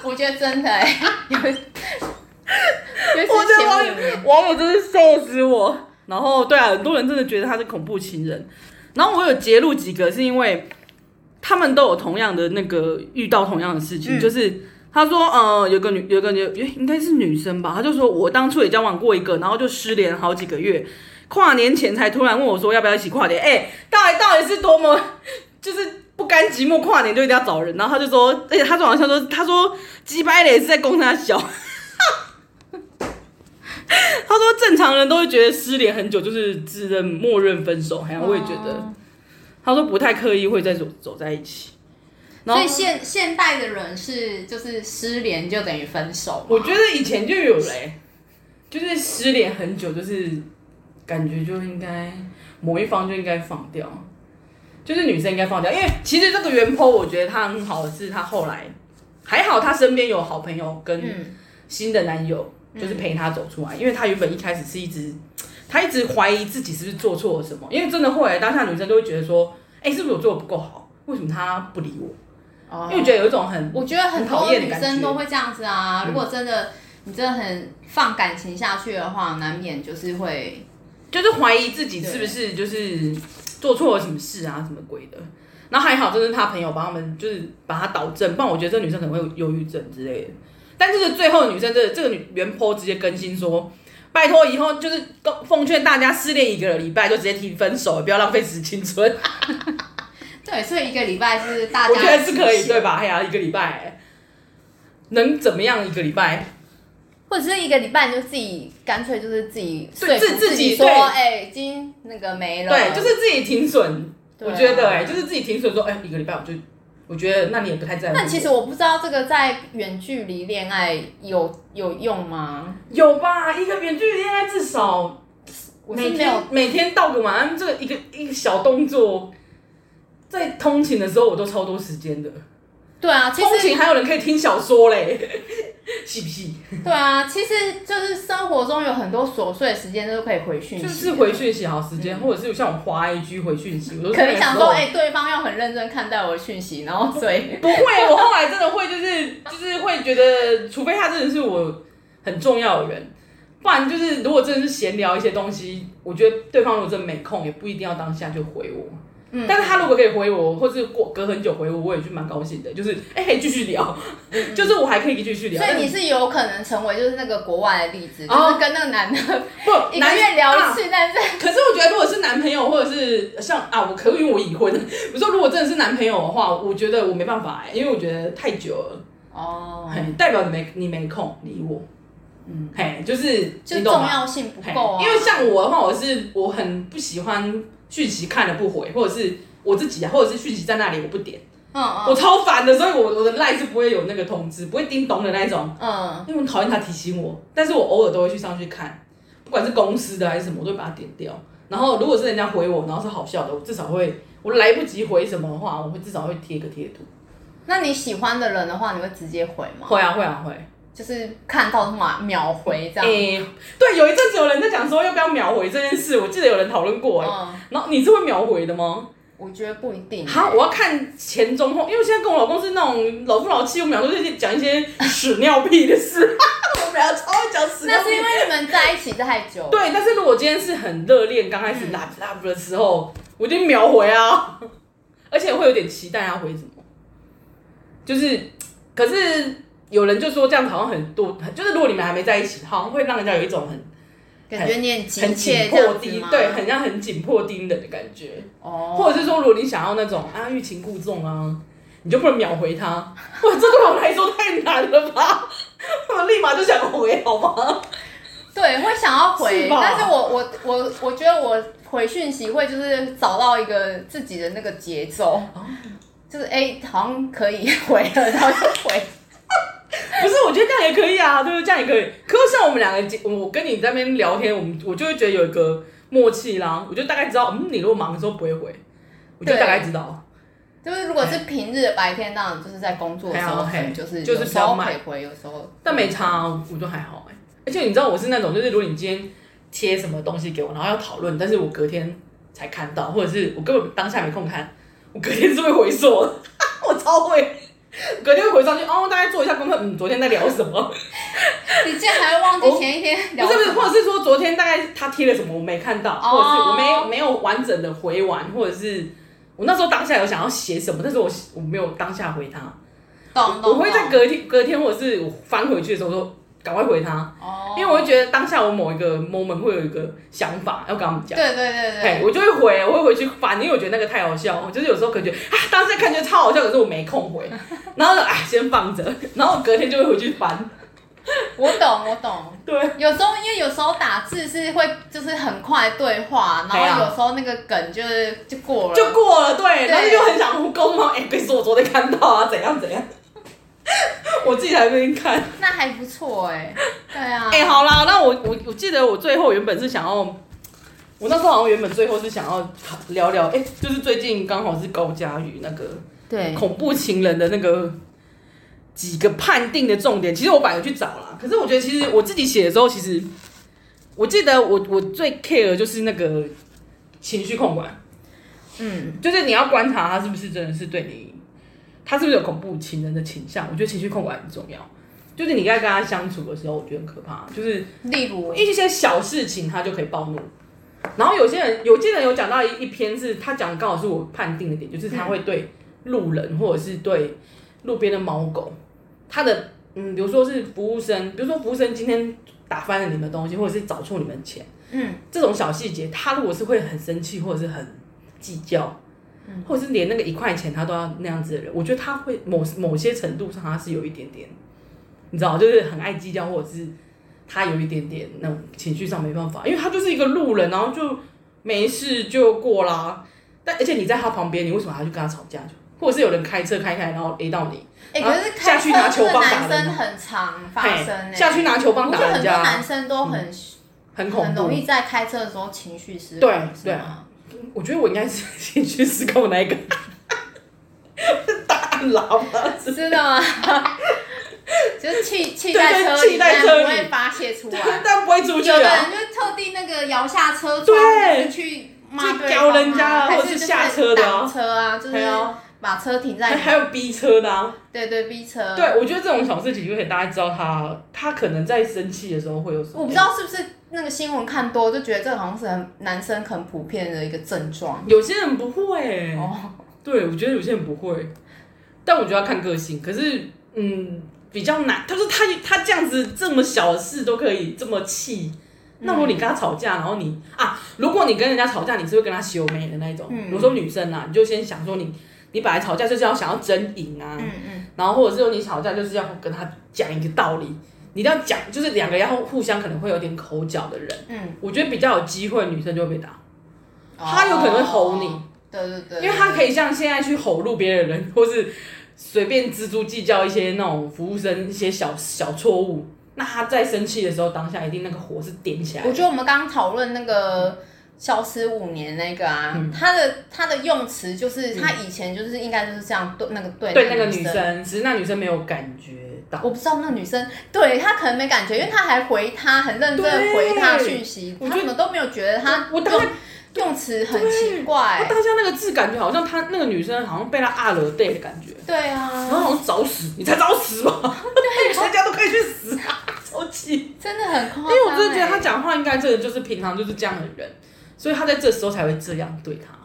[SPEAKER 2] 我觉得真的、欸，有， 尤
[SPEAKER 1] 我
[SPEAKER 2] 其
[SPEAKER 1] 觉
[SPEAKER 2] 是
[SPEAKER 1] 得网
[SPEAKER 2] 前
[SPEAKER 1] 友
[SPEAKER 2] 五年，
[SPEAKER 1] 网友真是笑死我。然后对啊，很多人真的觉得他是恐怖情人。然后我有截录几个，是因为他们都有同样的那个遇到同样的事情，
[SPEAKER 2] 嗯
[SPEAKER 1] 就是他说，呃，有个女，有个女，诶应该是女生吧，她就说我当初也交往过一个，然后就失联好几个月，跨年前才突然问我说要不要一起跨年，哎、到底到底是多么就是。不甘寂寞，跨年就一定要找人，然后他就说，而且他说好像说，他说鸡掰嘞是在攻他小， 他说正常人都会觉得失联很久就是自认默认分手，好像我也觉得，
[SPEAKER 2] 哦
[SPEAKER 1] 他说不太刻意会再走走在一起。然后
[SPEAKER 2] 所以现现代的人是就是失联就等于分手嘛，
[SPEAKER 1] 我觉得以前就有嘞、就是失联很久，就是感觉就应该某一方就应该放掉，就是女生应该放掉，因为其实这个原 po 我觉得他很好的是，他后来还好他身边有好朋友跟
[SPEAKER 2] 嗯
[SPEAKER 1] 新的男友，就是陪她走出来，因为她原本一开始是一直，她一直怀疑自己是不是做错了什么，因为真的后来当下女生都会觉得说，哎、是不是我做的不够好？为什么他不理我？
[SPEAKER 2] 哦
[SPEAKER 1] 因为我觉得有一种很
[SPEAKER 2] 我觉得很
[SPEAKER 1] 很
[SPEAKER 2] 多
[SPEAKER 1] 讨厌的
[SPEAKER 2] 女
[SPEAKER 1] 感
[SPEAKER 2] 生
[SPEAKER 1] 觉嗯
[SPEAKER 2] 都会这样子啊。如果真的你真的很放感情下去的话，难免就是会
[SPEAKER 1] 就是怀疑自己是不是就是做错了什么事啊，什么鬼的。然后还好，就是他朋友帮他们，就是把他导正，不然我觉得这女生可能会有忧郁症之类的。但就是最后女生这这个女原 po 直接更新说，拜托以后就是奉劝大家失恋一个礼拜就直接提分手，不要浪费时青春。
[SPEAKER 2] 对，所以一个礼拜就是大家
[SPEAKER 1] 我觉得是可
[SPEAKER 2] 一
[SPEAKER 1] 以，
[SPEAKER 2] 起
[SPEAKER 1] 对？吧？哎呀，一个礼拜、能怎么样？一个礼拜，
[SPEAKER 2] 或者是一个礼拜你就自己干脆就是自己说
[SPEAKER 1] 对
[SPEAKER 2] 服
[SPEAKER 1] 自自己
[SPEAKER 2] 说，
[SPEAKER 1] 对
[SPEAKER 2] 哎，已经那个没了，
[SPEAKER 1] 对，就是自己停损。
[SPEAKER 2] 啊对啊
[SPEAKER 1] 我觉得、哎，就是自己停损说，哎、一个礼拜我就，我觉得那你也不太在乎我。
[SPEAKER 2] 但其实我不知道这个在远距离恋爱有有用吗？
[SPEAKER 1] 有吧，一个远距离恋爱至少
[SPEAKER 2] 我是
[SPEAKER 1] 每
[SPEAKER 2] 没
[SPEAKER 1] 天
[SPEAKER 2] 有，
[SPEAKER 1] 每天道个晚安，这个一个一个小动作，在通勤的时候我都超多时间的。
[SPEAKER 2] 对啊，其
[SPEAKER 1] 通
[SPEAKER 2] 实
[SPEAKER 1] 勤还有人可以听小说 嘞， 是不是？
[SPEAKER 2] 对啊，其实就是生活中有很多琐碎的时间都可以回讯息
[SPEAKER 1] 就
[SPEAKER 2] 的，
[SPEAKER 1] 是回讯息好时间，或者是像我滑 IG 回讯息，我都是
[SPEAKER 2] 嗯可能想
[SPEAKER 1] 那个时候
[SPEAKER 2] 说，哎、对方要很认真看待我的讯息，然后 所以
[SPEAKER 1] 不会，我后来真的会就是就是会觉得，除非他真的是我很重要的人，不然就是如果真的是闲聊一些东西，我觉得对方如果真的没空，也不一定要当下就回我。
[SPEAKER 2] 嗯
[SPEAKER 1] 但是他如果可以回我，或是过隔很久回我，我也就蛮高兴的，就是 哎、可以继续聊，就是我还可以继续聊。
[SPEAKER 2] 嗯所以你
[SPEAKER 1] 但
[SPEAKER 2] 是有可能成为就是那个国外的例子，
[SPEAKER 1] 哦
[SPEAKER 2] 就是跟那个男的
[SPEAKER 1] 不
[SPEAKER 2] 一个月
[SPEAKER 1] 男
[SPEAKER 2] 聊一
[SPEAKER 1] 啊
[SPEAKER 2] 次，但是
[SPEAKER 1] 可是我觉得，如果是男朋友或者是像啊，我可以因为我已婚，我说如果真的是 男朋友的话，我觉得我没办法、欸因为我觉得太久了。
[SPEAKER 2] 哦，
[SPEAKER 1] 嘿，代表你没你没空理我，嗯，嘿，就是
[SPEAKER 2] 就
[SPEAKER 1] 你懂
[SPEAKER 2] 重
[SPEAKER 1] 吗？
[SPEAKER 2] 要性不
[SPEAKER 1] 嘿
[SPEAKER 2] 够啊，
[SPEAKER 1] 因为像我的话，我是我很不喜欢讯息看了不回，或者是我自己啊，或者是讯息在那里我不点，
[SPEAKER 2] 嗯
[SPEAKER 1] 我
[SPEAKER 2] 嗯
[SPEAKER 1] 超烦的，所以我我的赖是不会有那个通知，不会叮咚的那种，
[SPEAKER 2] 嗯，
[SPEAKER 1] 因为我讨厌他提醒我，但是我偶尔都会去上去看，不管是公司的还是什么，我都会把它点掉。然后如果是人家回我，然后是好笑的，我至少会，我来不及回什么的话，我会至少会贴个贴图。
[SPEAKER 2] 那你喜欢的人的话，你会直接回吗？
[SPEAKER 1] 会啊会啊会。
[SPEAKER 2] 就是看到马秒回这样。
[SPEAKER 1] 诶、对，有一阵子有人在讲说要不要秒回这件事，我记得有人讨论过哎、
[SPEAKER 2] 嗯，
[SPEAKER 1] 然后你是会秒回的吗？
[SPEAKER 2] 我觉得不一定。
[SPEAKER 1] 好，我要看前中后，因为现在跟我老公是那种老夫老妻，我们俩都是讲一些屎尿屁的事， 我们俩超会讲屎尿
[SPEAKER 2] 那
[SPEAKER 1] 屁
[SPEAKER 2] 是。因为你们在一起太久。
[SPEAKER 1] 对，但是如果今天是很热恋，刚开始 love love 的时候，我就秒回啊， 而且会有点期待他回什么，就是，可是有人就说这样子好像很多，就是如果你们还没在一起，好像会让人家有一种很
[SPEAKER 2] 感觉你很急
[SPEAKER 1] 很
[SPEAKER 2] 切
[SPEAKER 1] 紧
[SPEAKER 2] 这
[SPEAKER 1] 迫
[SPEAKER 2] 样子
[SPEAKER 1] 盯
[SPEAKER 2] 吗，
[SPEAKER 1] 对，很像很紧迫盯人的感觉。
[SPEAKER 2] 哦，
[SPEAKER 1] 或者是说，如果你想要那种啊欲擒故纵啊，你就不能秒回他。哇，这对我来说太难了吧？我立马就想回，好吗？
[SPEAKER 2] 对，会想要回，
[SPEAKER 1] 是吧
[SPEAKER 2] 但是我我我我觉得我回讯息会就是找到一个自己的那个节奏，
[SPEAKER 1] 哦
[SPEAKER 2] 就是哎、好像可以回了，然后就 回。
[SPEAKER 1] 不是，我觉得这样也可以啊，对不对？这样也可以。可是像我们两个结，我跟你在那边聊天，我们我就会觉得有一个默契啦。我就大概知道，嗯，你如果忙的时候不会回，我就
[SPEAKER 2] 对
[SPEAKER 1] 大概知道。
[SPEAKER 2] 就是如果是平日的白天，当然就是在工作的时候，
[SPEAKER 1] 嘿啊
[SPEAKER 2] 可
[SPEAKER 1] 嘿
[SPEAKER 2] 能就是
[SPEAKER 1] 就是
[SPEAKER 2] 有
[SPEAKER 1] 比
[SPEAKER 2] 时
[SPEAKER 1] 较
[SPEAKER 2] 候
[SPEAKER 1] 慢
[SPEAKER 2] 可以回，有时候
[SPEAKER 1] 但没差、啊，我就还好哎、而且你知道我是那种，就是如果你今天贴什么东西给我，然后要讨论，但是我隔天才看到，或者是我根本当下没空看，我隔天是会回溯的， 我超会。隔天会回上去哦，大概做一下功课。嗯，昨天在聊什么？
[SPEAKER 2] 欸你竟然还会忘记前一天 聊
[SPEAKER 1] 哦不是不是，
[SPEAKER 2] 什
[SPEAKER 1] 或
[SPEAKER 2] 么？
[SPEAKER 1] 者是说昨天大概他贴了什么我没看到，或者是我
[SPEAKER 2] 哦
[SPEAKER 1] 没有没有完整的回完，或者是我那时候当下有想要写什么，但是我我没有当下回他，
[SPEAKER 2] 懂懂
[SPEAKER 1] 我会在
[SPEAKER 2] 懂
[SPEAKER 1] 隔天隔天或者是我翻回去的时候，我就赶快回他。
[SPEAKER 2] 哦，
[SPEAKER 1] 因为我会觉得当下我某一个 moment 会有一个想法要跟他们讲，
[SPEAKER 2] 对对对
[SPEAKER 1] 嘿
[SPEAKER 2] 对，
[SPEAKER 1] 我就会回，我会回去翻，因为我觉得那个太好笑，我就是有时候可能觉得啊，当时看觉得超好笑，可是我没空 回，然后就啊先放着，然后隔天就会回去翻，
[SPEAKER 2] 我懂我懂。
[SPEAKER 1] 对，
[SPEAKER 2] 有时候，因为有时候打字是会就是很快对话，然
[SPEAKER 1] 对啊
[SPEAKER 2] 后有时候那个梗就是就过了，
[SPEAKER 1] 就过了，对，
[SPEAKER 2] 对
[SPEAKER 1] 然后又很想沟通，哎、可是我昨天看到啊，怎样怎样， 我自己还没看，
[SPEAKER 2] 那还不错哎、对啊，
[SPEAKER 1] 哎、好啦，那我我我记得我最后原本是想要，我那时候好像原本最后是想要聊聊，哎、就是最近刚好是高佳瑜那个。
[SPEAKER 2] 对，
[SPEAKER 1] 恐怖情人的那个几个判定的重点，其实我本来有去找啦，可是我觉得其实我自己写的时候，其实我记得我我最 care 的就是那个情绪控管，
[SPEAKER 2] 嗯，
[SPEAKER 1] 就是你要观察他是不是真的是对你，他是不是有恐怖情人的倾向。我觉得情绪控管很重要，就是你在跟他相处的时候，我觉得很可怕，就是
[SPEAKER 2] 例如，
[SPEAKER 1] 一些小事情他就可以暴怒。然后有些人，有些人有讲到一一篇是他讲的刚好是我判定的点，就是他会对路人或者是对路边的猫狗，他的嗯，比如说是服务生，比如说服务生今天打翻了你们的东西，或者是找错你们钱，
[SPEAKER 2] 嗯，
[SPEAKER 1] 这种小细节，他如果是会很生气或者是很计较，或者是连那个一块钱他都要那样子的人，我觉得他会某某些程度上他是有一点点，你知道，就是很爱计较，或者是他有一点点那种情绪上没办法，因为他就是一个路人，然后就没事就过啦。但而且你在他旁边，你为什么还要去跟他吵架？就或者是有人开车开开，然后 A 到你，
[SPEAKER 2] 哎、
[SPEAKER 1] 然后
[SPEAKER 2] 可是
[SPEAKER 1] 下去拿球棒打
[SPEAKER 2] 男
[SPEAKER 1] 人
[SPEAKER 2] 生很常发生哎、
[SPEAKER 1] 嘿下去拿球棒
[SPEAKER 2] 我觉
[SPEAKER 1] 打人
[SPEAKER 2] 得很多男
[SPEAKER 1] 家，
[SPEAKER 2] 生都很、
[SPEAKER 1] 很恐
[SPEAKER 2] 很
[SPEAKER 1] 怖
[SPEAKER 2] 容。易在开车的时候情绪失控，
[SPEAKER 1] 对
[SPEAKER 2] 是
[SPEAKER 1] 对
[SPEAKER 2] 吗
[SPEAKER 1] 我觉得我应该是情绪失控那一个， 大喇叭之类的
[SPEAKER 2] 真的吗？ 就是气气
[SPEAKER 1] 对
[SPEAKER 2] 在
[SPEAKER 1] 对
[SPEAKER 2] 车里
[SPEAKER 1] 气在
[SPEAKER 2] 面
[SPEAKER 1] 车
[SPEAKER 2] 不
[SPEAKER 1] 里
[SPEAKER 2] 会发泄出来，
[SPEAKER 1] 但不会出
[SPEAKER 2] 有
[SPEAKER 1] 去
[SPEAKER 2] 的
[SPEAKER 1] 啊，
[SPEAKER 2] 人就特地那个摇下车窗，
[SPEAKER 1] 对
[SPEAKER 2] 就是去骂
[SPEAKER 1] 去
[SPEAKER 2] 对
[SPEAKER 1] 屌
[SPEAKER 2] 方啊
[SPEAKER 1] 人家啊
[SPEAKER 2] 还
[SPEAKER 1] 或者
[SPEAKER 2] 是
[SPEAKER 1] 是下车的啊
[SPEAKER 2] 挡车啊，就是
[SPEAKER 1] 对啊
[SPEAKER 2] 把车停
[SPEAKER 1] 还
[SPEAKER 2] 在嗯
[SPEAKER 1] 还有逼车的啊。
[SPEAKER 2] 对对逼车，
[SPEAKER 1] 对，，我觉得这种小事情就可以大家知道他他可能在生气的时候会有什么。
[SPEAKER 2] 我不知道是不是那个新闻看多，就觉得这好像是很男生很普遍的一个症状。
[SPEAKER 1] 有些人不会、
[SPEAKER 2] 哦，
[SPEAKER 1] 对我觉得有些人不会，但我觉得要看个性。可是嗯，比较难。他说他他这样子这么小的事都可以这么气。
[SPEAKER 2] 嗯
[SPEAKER 1] 那如果你跟他吵架，然后你啊，如果你跟人家吵架，你是会跟他修眉的那一种。
[SPEAKER 2] 嗯
[SPEAKER 1] 比如说女生啊，你就先想说你，你本来吵架就是要想要争赢啊，
[SPEAKER 2] 嗯嗯，
[SPEAKER 1] 然后或者是说你吵架就是要跟他讲一个道理，你一定要讲，就是两个要互相可能会有点口角的人，
[SPEAKER 2] 嗯，哦
[SPEAKER 1] 我觉得比较有机会，女生就会被打，她有可能会吼你，
[SPEAKER 2] 对对对，
[SPEAKER 1] 因为他可以像现在去吼路别人，或是随便锱铢计较一些那种服务生一些小小错误，那他在生气的时候，当下一定那个火是点起来
[SPEAKER 2] 我
[SPEAKER 1] 的。
[SPEAKER 2] 觉得我们刚刚讨论那个消失五年那个啊，
[SPEAKER 1] 嗯
[SPEAKER 2] 他的他的用词就是他以前就是应该就是这样对那个对
[SPEAKER 1] 对那个女
[SPEAKER 2] 生。
[SPEAKER 1] 生，只是那女生没有感觉到。
[SPEAKER 2] 我不知道那女生，对她可能没感觉，因为她还回他，很认真地
[SPEAKER 1] 对
[SPEAKER 2] 回他讯息，
[SPEAKER 1] 我
[SPEAKER 2] 她
[SPEAKER 1] 觉得
[SPEAKER 2] 怎么都没有觉得她
[SPEAKER 1] 我
[SPEAKER 2] 用
[SPEAKER 1] 当然
[SPEAKER 2] 用词很奇怪
[SPEAKER 1] 他。当下那个字感觉好像他那个女生好像被他啊了 day 的感觉，
[SPEAKER 2] 对
[SPEAKER 1] 然后
[SPEAKER 2] 啊，
[SPEAKER 1] 好像找死，你才找死吧，对，全家都可以去死啊，超气！
[SPEAKER 2] 真的很夸
[SPEAKER 1] 因
[SPEAKER 2] 张、欸。
[SPEAKER 1] 为我真的觉得他讲话应该真的就是平常就是这样的人，所以他在这时候才会这样对他。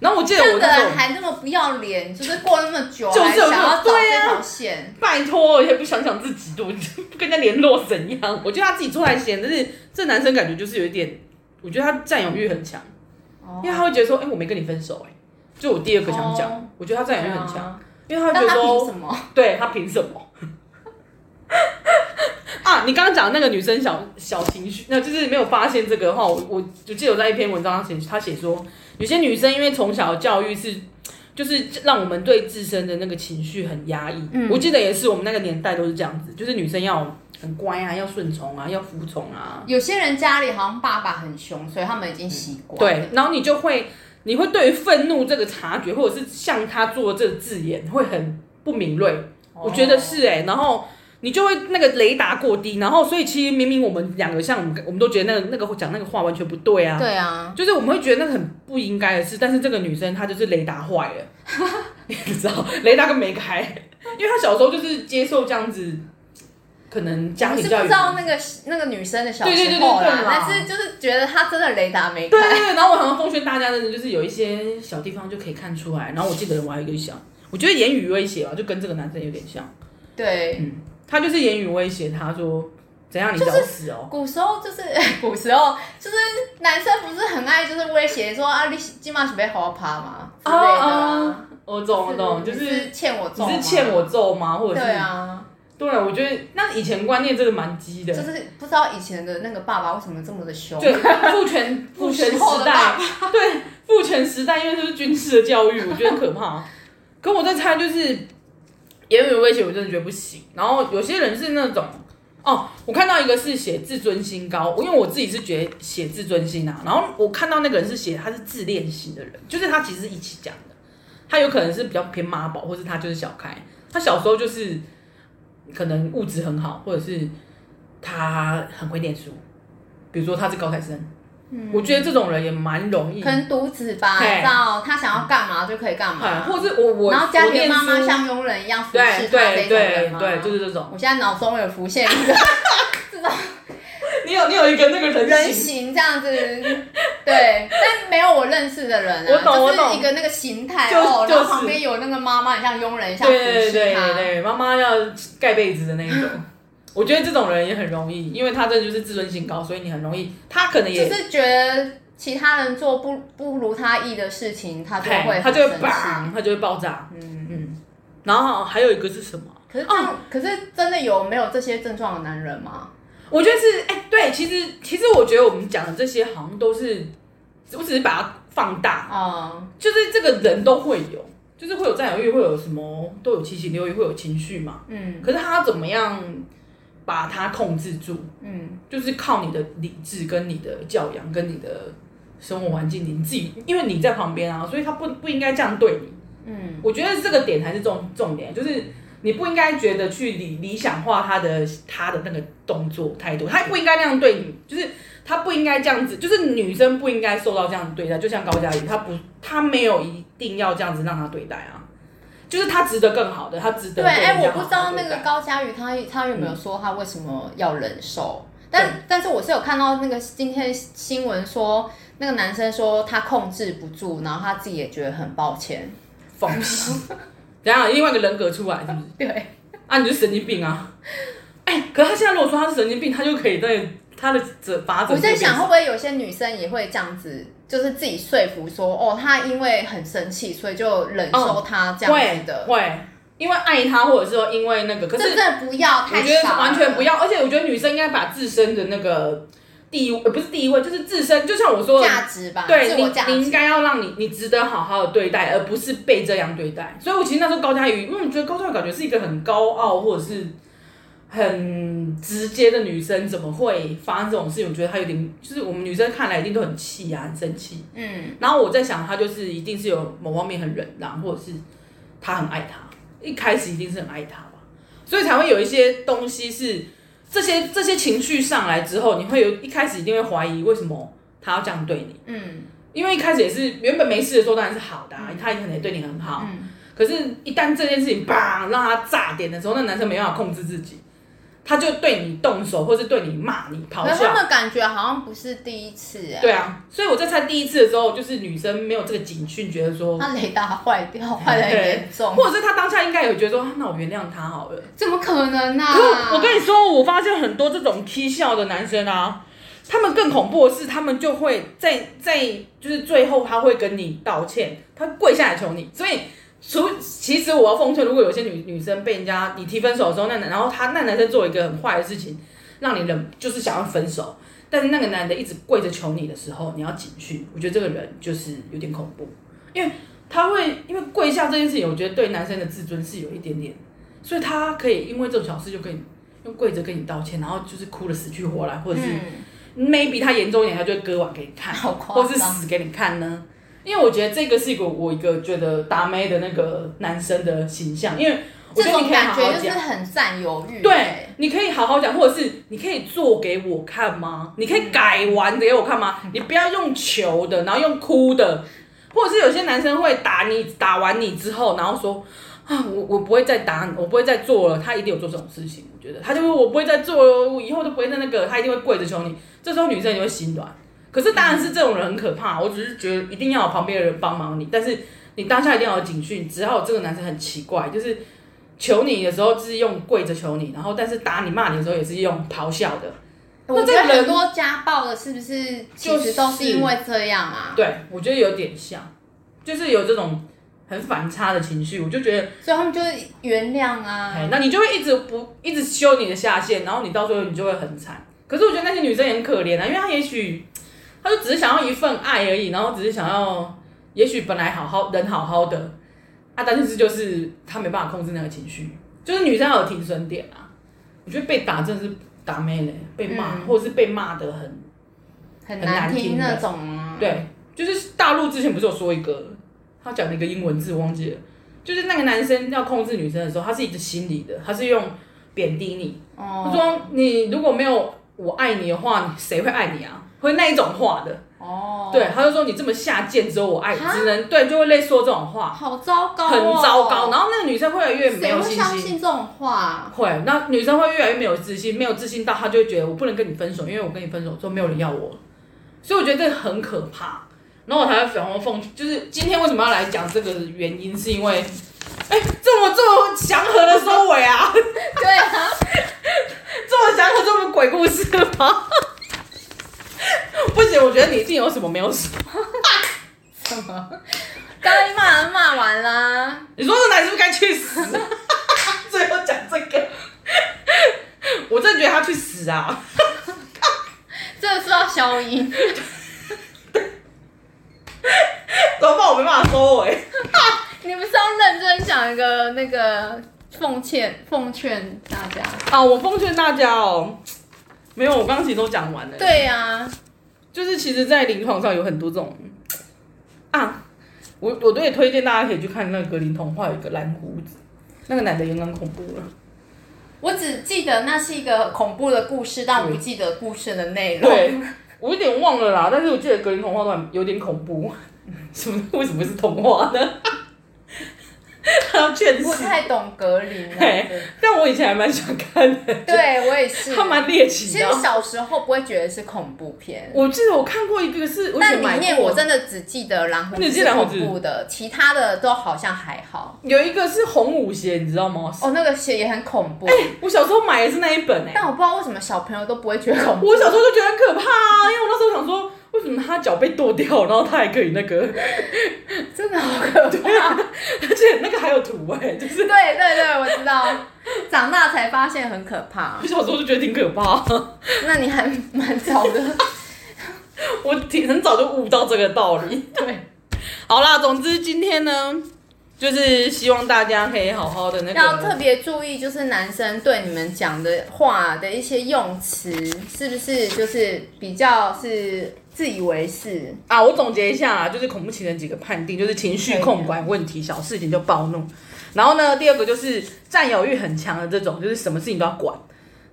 [SPEAKER 1] 然后我记得
[SPEAKER 2] 这
[SPEAKER 1] 我
[SPEAKER 2] 样的
[SPEAKER 1] 那时候
[SPEAKER 2] 人还那么不要脸，就是过那么久
[SPEAKER 1] 就是
[SPEAKER 2] 还想要找
[SPEAKER 1] 对
[SPEAKER 2] 这
[SPEAKER 1] 啊
[SPEAKER 2] 条线，
[SPEAKER 1] 拜托，也不想想自己，对不对？不跟人家联络怎样？我觉得他自己出来闲，但是这男生感觉就是有一点，我觉得他占有欲很强，
[SPEAKER 2] 哦
[SPEAKER 1] 因为他会觉得说，哎、我没跟你分手、哎，就我第二个想讲，
[SPEAKER 2] 哦
[SPEAKER 1] 我觉得他占有欲很强，
[SPEAKER 2] 啊
[SPEAKER 1] 因为他会觉
[SPEAKER 2] 那
[SPEAKER 1] 得
[SPEAKER 2] 他凭
[SPEAKER 1] 说
[SPEAKER 2] 什，么？
[SPEAKER 1] 对他凭什么？ 啊，你刚刚讲的那个女生小小情绪，那就是没有发现这个的话，我我就记得我在一篇文章上写，他写说，有些女生因为从小教育是，就是让我们对自身的那个情绪很压抑。
[SPEAKER 2] 嗯
[SPEAKER 1] 我记得也是，我们那个年代都是这样子，就是女生要很乖啊，要顺从啊，要服从啊。
[SPEAKER 2] 有些人家里好像爸爸很凶，所以他们已经习惯。
[SPEAKER 1] 对，，然后你就会，你会对于愤怒这个察觉，或者是像他做的这个字眼，会很不敏锐。
[SPEAKER 2] 哦
[SPEAKER 1] 我觉得是哎、然后你就会那个雷达过低，然后所以其实明明我们两个像我们我们都觉得那个那个讲那个话完全不对啊，
[SPEAKER 2] 对啊，
[SPEAKER 1] 就是我们会觉得那个很不应该的事，但是这个女生她就是雷达坏了， 你知道雷达跟没开，因为她小时候就是接受这样子，可能家
[SPEAKER 2] 我
[SPEAKER 1] 庭
[SPEAKER 2] 是不
[SPEAKER 1] 教
[SPEAKER 2] 知
[SPEAKER 1] 育。
[SPEAKER 2] 道那个那个女生的小时候啦，
[SPEAKER 1] 对对对对对啦
[SPEAKER 2] 但是就是觉得她真的雷达没开。
[SPEAKER 1] 对对对，然后我好像奉劝大家，真的就是有一些小地方就可以看出来。然后我记得我还有一个想，我觉得言语威胁吧，就跟这个男生有点像，
[SPEAKER 2] 对，
[SPEAKER 1] 他就是言语威胁，他说怎样你找死哦、
[SPEAKER 2] 古时候就是 古时候就是男生不是很爱就是威胁说啊，你今晚是被好好趴嘛之类的啊、
[SPEAKER 1] 我懂我懂，就
[SPEAKER 2] 你
[SPEAKER 1] 是
[SPEAKER 2] 欠我
[SPEAKER 1] 你
[SPEAKER 2] 揍，
[SPEAKER 1] 是欠。我揍吗？或者是
[SPEAKER 2] 对啊，
[SPEAKER 1] 对我觉得那以前观念真的蛮鸡的，
[SPEAKER 2] 就是不知道以前的那个爸爸为什么这么的凶。
[SPEAKER 1] 对父 权父权
[SPEAKER 2] 古时候
[SPEAKER 1] 时
[SPEAKER 2] 的
[SPEAKER 1] 代
[SPEAKER 2] 爸，
[SPEAKER 1] 对父权时代，因为就是军事的教育，我觉得很可怕。 可我在猜，就是言语威胁，我真的觉得不行。然后有些人是那种。哦，我看到一个是写自尊心高，因为我自己是觉得写自尊心啊。然后我看到那个人是写他是自恋型的人，就是他其实是一起讲的，他有可能是比较偏妈宝，或是他就是小开，他小时候就是可能物质很好，或者是他很会念书，比如说他是高材生，我觉得这种人也蛮容易
[SPEAKER 2] 嗯可，能独子吧，
[SPEAKER 1] 嘿
[SPEAKER 2] 知道他想要干嘛就可以干
[SPEAKER 1] 哎
[SPEAKER 2] 嘛，
[SPEAKER 1] 或是我我
[SPEAKER 2] 然后家
[SPEAKER 1] 我
[SPEAKER 2] 里的
[SPEAKER 1] 念
[SPEAKER 2] 妈妈
[SPEAKER 1] 书
[SPEAKER 2] 像佣人一样服
[SPEAKER 1] 对
[SPEAKER 2] 侍他这
[SPEAKER 1] 对
[SPEAKER 2] 种人
[SPEAKER 1] 对
[SPEAKER 2] 吗？
[SPEAKER 1] 对，就是这种。
[SPEAKER 2] 我现在脑中有浮现一个
[SPEAKER 1] 你有你有一个那个人形
[SPEAKER 2] 人形这样子，对，但没有我认识的人啊，
[SPEAKER 1] 我懂我懂
[SPEAKER 2] 就是一个那个形态
[SPEAKER 1] 就
[SPEAKER 2] 哦，然
[SPEAKER 1] 就
[SPEAKER 2] 后
[SPEAKER 1] 是
[SPEAKER 2] 旁边有那个妈妈，很像佣人，像服
[SPEAKER 1] 对对
[SPEAKER 2] 侍
[SPEAKER 1] 对
[SPEAKER 2] 他。
[SPEAKER 1] 对，妈妈要盖被子的那一种。我觉得这种人也很容易，因为他这就是自尊心高，所以你很容易，他可能也
[SPEAKER 2] 就是觉得其他人做不不如他意的事情，他就会
[SPEAKER 1] 嘿哎他就会
[SPEAKER 2] 很生
[SPEAKER 1] 砰，
[SPEAKER 2] 气。
[SPEAKER 1] 他就会爆炸。
[SPEAKER 2] 嗯，
[SPEAKER 1] 嗯，然后还有一个是什么？
[SPEAKER 2] 可是这样、可是真的有没有这些症状的男人吗？
[SPEAKER 1] 我觉得是哎、对，其实其实我觉得我们讲的这些好像都是，我只是把它放大，
[SPEAKER 2] 嗯，
[SPEAKER 1] 就是这个人都会有，就是会有占有欲，会有什么都有七情六欲，会有情绪嘛。
[SPEAKER 2] 嗯
[SPEAKER 1] 可是他怎么样把它控制住？
[SPEAKER 2] 嗯，
[SPEAKER 1] 就是靠你的理智、跟你的教养、跟你的生活环境，你自己，因为你在旁边啊，所以他不不应该这样对你。
[SPEAKER 2] 嗯，
[SPEAKER 1] 我觉得这个点才是重重点，就是你不应该觉得去理理想化他的他的那个动作态度，他不应该那样对你，就是他不应该这样子，就是女生不应该受到这样对待。就像高佳怡，她不，她没有一定要这样子让她对待啊，就是她值得更好的，她值得
[SPEAKER 2] 对，
[SPEAKER 1] 被人家
[SPEAKER 2] 哎、我不知
[SPEAKER 1] 好
[SPEAKER 2] 道
[SPEAKER 1] 好
[SPEAKER 2] 那
[SPEAKER 1] 对待嗯
[SPEAKER 2] 个高佳宇他他有没有说他为什么要忍受？但但是我是有看到那个今天新闻说，那个男生说他控制不住，然后他自己也觉得很 抱歉。
[SPEAKER 1] 放屁，等一下另外一个人格出来是不是？
[SPEAKER 2] 对，
[SPEAKER 1] 啊，你就神经病啊！哎、可是他现在如果说他是神经病，他就可以在他的责罚
[SPEAKER 2] 我
[SPEAKER 1] 责。
[SPEAKER 2] 在想会不会有些女生也会这样子，就是自己说服说，哦，他因为很生气，所以就忍受他这样
[SPEAKER 1] 哦会
[SPEAKER 2] 子的。
[SPEAKER 1] 会，因为爱他，或者是说因为那个，可
[SPEAKER 2] 这真
[SPEAKER 1] 是
[SPEAKER 2] 的不要
[SPEAKER 1] 我
[SPEAKER 2] 太
[SPEAKER 1] 觉得
[SPEAKER 2] 傻了，
[SPEAKER 1] 完全不要，而且我觉得女生应该把自身的那个地位，呃不是地位，就是自身，就像我说的，
[SPEAKER 2] 价值吧，
[SPEAKER 1] 对
[SPEAKER 2] 自
[SPEAKER 1] 你
[SPEAKER 2] 我价，
[SPEAKER 1] 你应
[SPEAKER 2] 值。
[SPEAKER 1] 该要让你你值得好好的对待，而不是被这样对待。所以我其实那时候高佳瑜，嗯，觉得高佳瑜感觉是一个很高傲或者是很直接的女生，怎么会发生这种事情？我觉得她有点，就是我们女生看来一定都很气啊，很生气。
[SPEAKER 2] 嗯，
[SPEAKER 1] 然后我在想，她就是一定是有某方面很忍让，或者是她很爱他，一开始一定是很爱他吧，所以才会有一些东西是这些这些情绪上来之后，你会有一开始一定会怀疑为什么他要这样对你。
[SPEAKER 2] 嗯
[SPEAKER 1] 因为一开始也是原本没事的时候当然是好的、啊，他可能也对你很好。
[SPEAKER 2] 嗯
[SPEAKER 1] 可是，一旦这件事情吧让他炸点的时候，那男生没办法控制自己，他就对你动手，或是对你骂你、咆
[SPEAKER 2] 可是
[SPEAKER 1] 哮。
[SPEAKER 2] 他们感觉好像不是第一次哎，
[SPEAKER 1] 对啊，所以我在猜第一次的时候，就是女生没有这个警讯，觉得说，
[SPEAKER 2] 他雷达坏 掉，坏的很严重，
[SPEAKER 1] 或者是她当下应该有觉得说，啊那我原谅他好了。
[SPEAKER 2] 怎么可能呢、啊？
[SPEAKER 1] 可是我跟你说，我发现很多这种 K 笑的男生啊，他们更恐怖的是，他们就会在在就是最后他会跟你道歉，他跪下来求你。所以，除其实我要奉劝，如果有些女女生被人家你提分手的时候，那男然后他那男生做一个很坏的事情，让你忍就是想要分手，但是那个男的一直跪着求你的时候，你要警讯。我觉得这个人就是有点恐怖，因为他会因为跪下这件事情，我觉得对男生的自尊是有一点点。所以他可以因为这种小事就跟你用跪着跟你道歉，然后就是哭的死去活来，或者是、
[SPEAKER 2] 嗯，
[SPEAKER 1] maybe 他严重一点，他就会割腕给你看，
[SPEAKER 2] 好夸
[SPEAKER 1] 或
[SPEAKER 2] 张
[SPEAKER 1] 是死给你看呢？因为我觉得这个是一个我一个觉得达妹的那个男生的形象，因为我
[SPEAKER 2] 这
[SPEAKER 1] 觉得你可
[SPEAKER 2] 种
[SPEAKER 1] 以好
[SPEAKER 2] 感
[SPEAKER 1] 好
[SPEAKER 2] 觉就
[SPEAKER 1] 讲，
[SPEAKER 2] 是很占有欲、
[SPEAKER 1] 对
[SPEAKER 2] 哎，，
[SPEAKER 1] 你可以好好讲，或者是你可以做给我看吗？你可以改完给我看吗？你不要用求的，然后用哭的，或者是有些男生会打你，打完你之后，然后说啊，我我不会再打你，我不会再做了。他一定有做这种事情，我觉得他就会我不会再做了，我以后都不会再那个，他一定会跪着求你。这时候女生也会心软，可是当然是这种人很可怕。我只是觉得一定要有旁边的人帮忙你，但是你当下一定要有警讯。只要有这个男生很奇怪，就是求你的时候是用跪着求你，然后但是打你骂你的时候也是用咆哮的。
[SPEAKER 2] 我
[SPEAKER 1] 这
[SPEAKER 2] 觉
[SPEAKER 1] 个
[SPEAKER 2] 得
[SPEAKER 1] 人
[SPEAKER 2] 很多家暴的是不是其实都是因为这样啊？
[SPEAKER 1] 对，我觉得有点像，就是有这种很反差的情绪，我就觉得。
[SPEAKER 2] 所以他们就是原谅啊。
[SPEAKER 1] 哎，那你就会一直不一直修你的下限，然后你到最后你就会很惨。可是我觉得那些女生也很可怜啊，因为她也许她就只是想要一份爱而已，然后只是想要，也许本来好好人好好的，啊，但是就是她没办法控制那个情绪，就是女生要有停损点啊。我觉得被打真的是打妹嘞，被骂、
[SPEAKER 2] 嗯
[SPEAKER 1] 或者是被骂的很
[SPEAKER 2] 很难听那种啊。，
[SPEAKER 1] 对，就是大陆之前不是有说一个，他讲了一个英文字，我忘记了，就是那个男生要控制女生的时候，他是一直心理的，他是用贬低你，他
[SPEAKER 2] 哦
[SPEAKER 1] 说你如果没有我爱你的话，谁会爱你啊？会那一种话的，
[SPEAKER 2] 哦，
[SPEAKER 1] 对，，他就说你这么下贱，只有我爱，
[SPEAKER 2] 哈
[SPEAKER 1] 只能对，就会类似说这种话，
[SPEAKER 2] 好糟糕、哦，
[SPEAKER 1] 很糟糕。然后那个女生会越来越没
[SPEAKER 2] 谁
[SPEAKER 1] 有
[SPEAKER 2] 会
[SPEAKER 1] 信
[SPEAKER 2] 相
[SPEAKER 1] 心。
[SPEAKER 2] 信这种话？
[SPEAKER 1] 会，那女生会越来越没有自信，没有自信到她就会觉得我不能跟你分手，因为我跟你分手之后没有人要我，所以我觉得这很可怕。然后我才会想要奉，就是今天为什么要来讲这个原因，是因为，哎、这么这么祥和的收尾啊，
[SPEAKER 2] 对啊，
[SPEAKER 1] 这么祥和，这么鬼故事吗？ 不行，我觉得你一定有什么没有说。
[SPEAKER 2] 刚刚骂人骂完啦，
[SPEAKER 1] 你说这男是不是该去死？ 最后讲这个，我真的觉得他去死啊！
[SPEAKER 2] 这个是要消音。
[SPEAKER 1] 怎么办？我没办法收尾。
[SPEAKER 2] 你们是要认真讲一个那个奉劝奉劝大家？
[SPEAKER 1] 啊，我奉劝大家哦，没有，我刚刚其实都讲完了。，
[SPEAKER 2] 对啊呀、
[SPEAKER 1] 就是其实，在临床上有很多这种啊，我我都也推荐大家可以去看那个格林童话，有一个蓝胡子，那个男的也很恐怖了。
[SPEAKER 2] 我只记得那是一个恐怖的故事，但我不记得故事的内容。
[SPEAKER 1] 对，我有点忘了啦，但是我记得格林童话都很有点恐怖。 什么？为什么是童话呢？ 他要劝
[SPEAKER 2] 不
[SPEAKER 1] 世。
[SPEAKER 2] 太懂格林啊。
[SPEAKER 1] 嘿
[SPEAKER 2] 对
[SPEAKER 1] 但我以前还蛮喜欢看的，
[SPEAKER 2] 对我也是。
[SPEAKER 1] 他蛮猎奇
[SPEAKER 2] 其
[SPEAKER 1] 的
[SPEAKER 2] 实
[SPEAKER 1] 啊。
[SPEAKER 2] 小时候不会觉得是恐怖片，
[SPEAKER 1] 我记得我看过一个是，我以
[SPEAKER 2] 但
[SPEAKER 1] 前
[SPEAKER 2] 里
[SPEAKER 1] 买
[SPEAKER 2] 面
[SPEAKER 1] 过
[SPEAKER 2] 我真的只记得蓝胡
[SPEAKER 1] 你
[SPEAKER 2] 子
[SPEAKER 1] 只记
[SPEAKER 2] 是
[SPEAKER 1] 得蓝胡子
[SPEAKER 2] 恐怖的，其他的都好像还好。
[SPEAKER 1] 有一个是红舞鞋，你知道吗？
[SPEAKER 2] 哦，那个鞋也很恐怖，
[SPEAKER 1] 我小时候买的是那一本哎、
[SPEAKER 2] 但我不知道为什么小朋友都不会觉得恐怖。
[SPEAKER 1] 我小时候就觉得很可怕啊，因为我那时候想说，为什么他脚被剁掉，然后他还可以那个，
[SPEAKER 2] 真的好可怕。
[SPEAKER 1] 啊而且那个还有图哎、就是
[SPEAKER 2] 对对对，我知道。长大才发现很可怕
[SPEAKER 1] 我。小时候就觉得挺可怕，
[SPEAKER 2] 那你还蛮早的，
[SPEAKER 1] 我挺很早就悟到这个道理。
[SPEAKER 2] 对，
[SPEAKER 1] 好啦，总之今天呢，就是希望大家可以好好的那
[SPEAKER 2] 要特
[SPEAKER 1] 个，
[SPEAKER 2] 别注意，就是男生对你们讲的话的一些用词，是不是就是比较是自以为是？
[SPEAKER 1] 啊，我总结一下啊，就是恐怖情人几个判定，就是情绪控管问题，小事情就暴怒。然后呢，第二个就是占有欲很强的这种，就是什么事情都要管，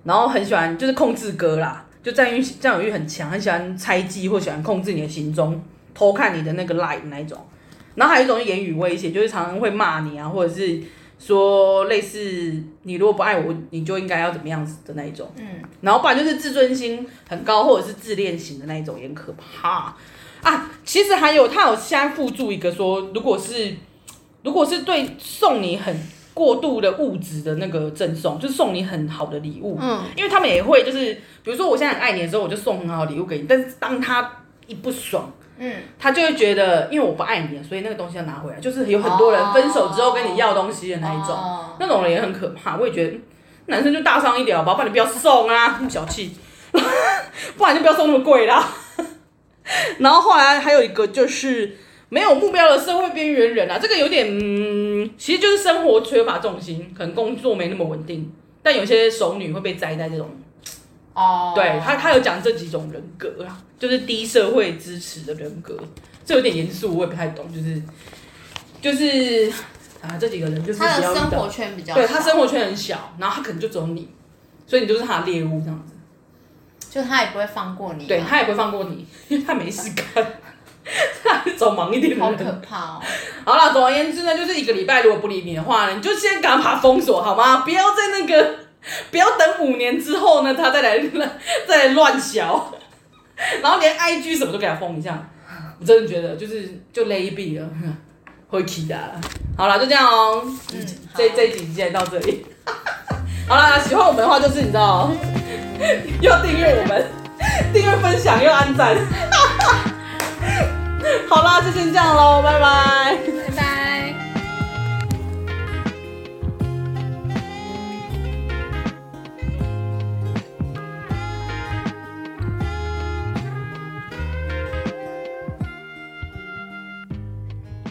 [SPEAKER 1] 然后很喜欢就是控制哥啦，就占有欲占有欲很强，很喜欢猜忌或喜欢控制你的行踪，偷看你的那个 line 那一种。然后还有一种是言语威胁，就是常常会骂你啊，或者是说类似你如果不爱我，你就应该要怎么样子的那一种。嗯，然后不然就是自尊心很高或者是自恋型的那一种，也很可怕啊。其实还有他有先附注一个说，如果是如果是对送你很过度的物质的那个赠送，就是送你很好的礼物，
[SPEAKER 2] 嗯，
[SPEAKER 1] 因为他们也会就是，比如说我现在很爱你的时候，我就送很好的礼物给你，但是当他一不爽，
[SPEAKER 2] 嗯，
[SPEAKER 1] 他就会觉得，因为我不爱你了，所以那个东西要拿回来，就是有很多人分手之后跟你要东西的那一种，
[SPEAKER 2] 哦
[SPEAKER 1] 那种人也很可怕。我也觉得嗯男生就大方一点好不好？不然你不要送啊，那么小气， 不然就不要送那么贵啦。然后后来还有一个就是没有目标的社会边缘人啊，这个有点嗯，其实就是生活缺乏重心，可能工作没那么稳定，但有些熟女会被栽在这种
[SPEAKER 2] 哦，
[SPEAKER 1] 对他，他有讲这几种人格啊，就是低社会支持的人格，这有点严肃，我也不太懂，就是就是啊，这几个人就是比
[SPEAKER 2] 他
[SPEAKER 1] 较
[SPEAKER 2] 的生
[SPEAKER 1] 遇到
[SPEAKER 2] 活圈比较
[SPEAKER 1] 对他
[SPEAKER 2] 小
[SPEAKER 1] 生活圈很小，然后他可能就只有你，所以你就是他的猎物这样子，
[SPEAKER 2] 就他也不会放过你，啊
[SPEAKER 1] 对，他也不会放过你，因为他没事干， 他还是找忙一点的
[SPEAKER 2] 好
[SPEAKER 1] 人
[SPEAKER 2] 可。怕哦。
[SPEAKER 1] 好了，总而言之呢，就是一个礼拜如果不理你的话呢，你就先赶快把他封锁好吗？不要在那个，不要等五年之后呢，他再来 再来乱想，然后连 IG 什么都给他封一下。我真的觉得就是就勒一笔了， 会气的啊。好了，就这样哦、
[SPEAKER 2] 嗯
[SPEAKER 1] 这
[SPEAKER 2] 好
[SPEAKER 1] 这一集既然到这里， 好啦，喜欢我们的话就是你知 道，要订阅我们，订阅分 享又按赞。好啦，就先这样喽，拜拜。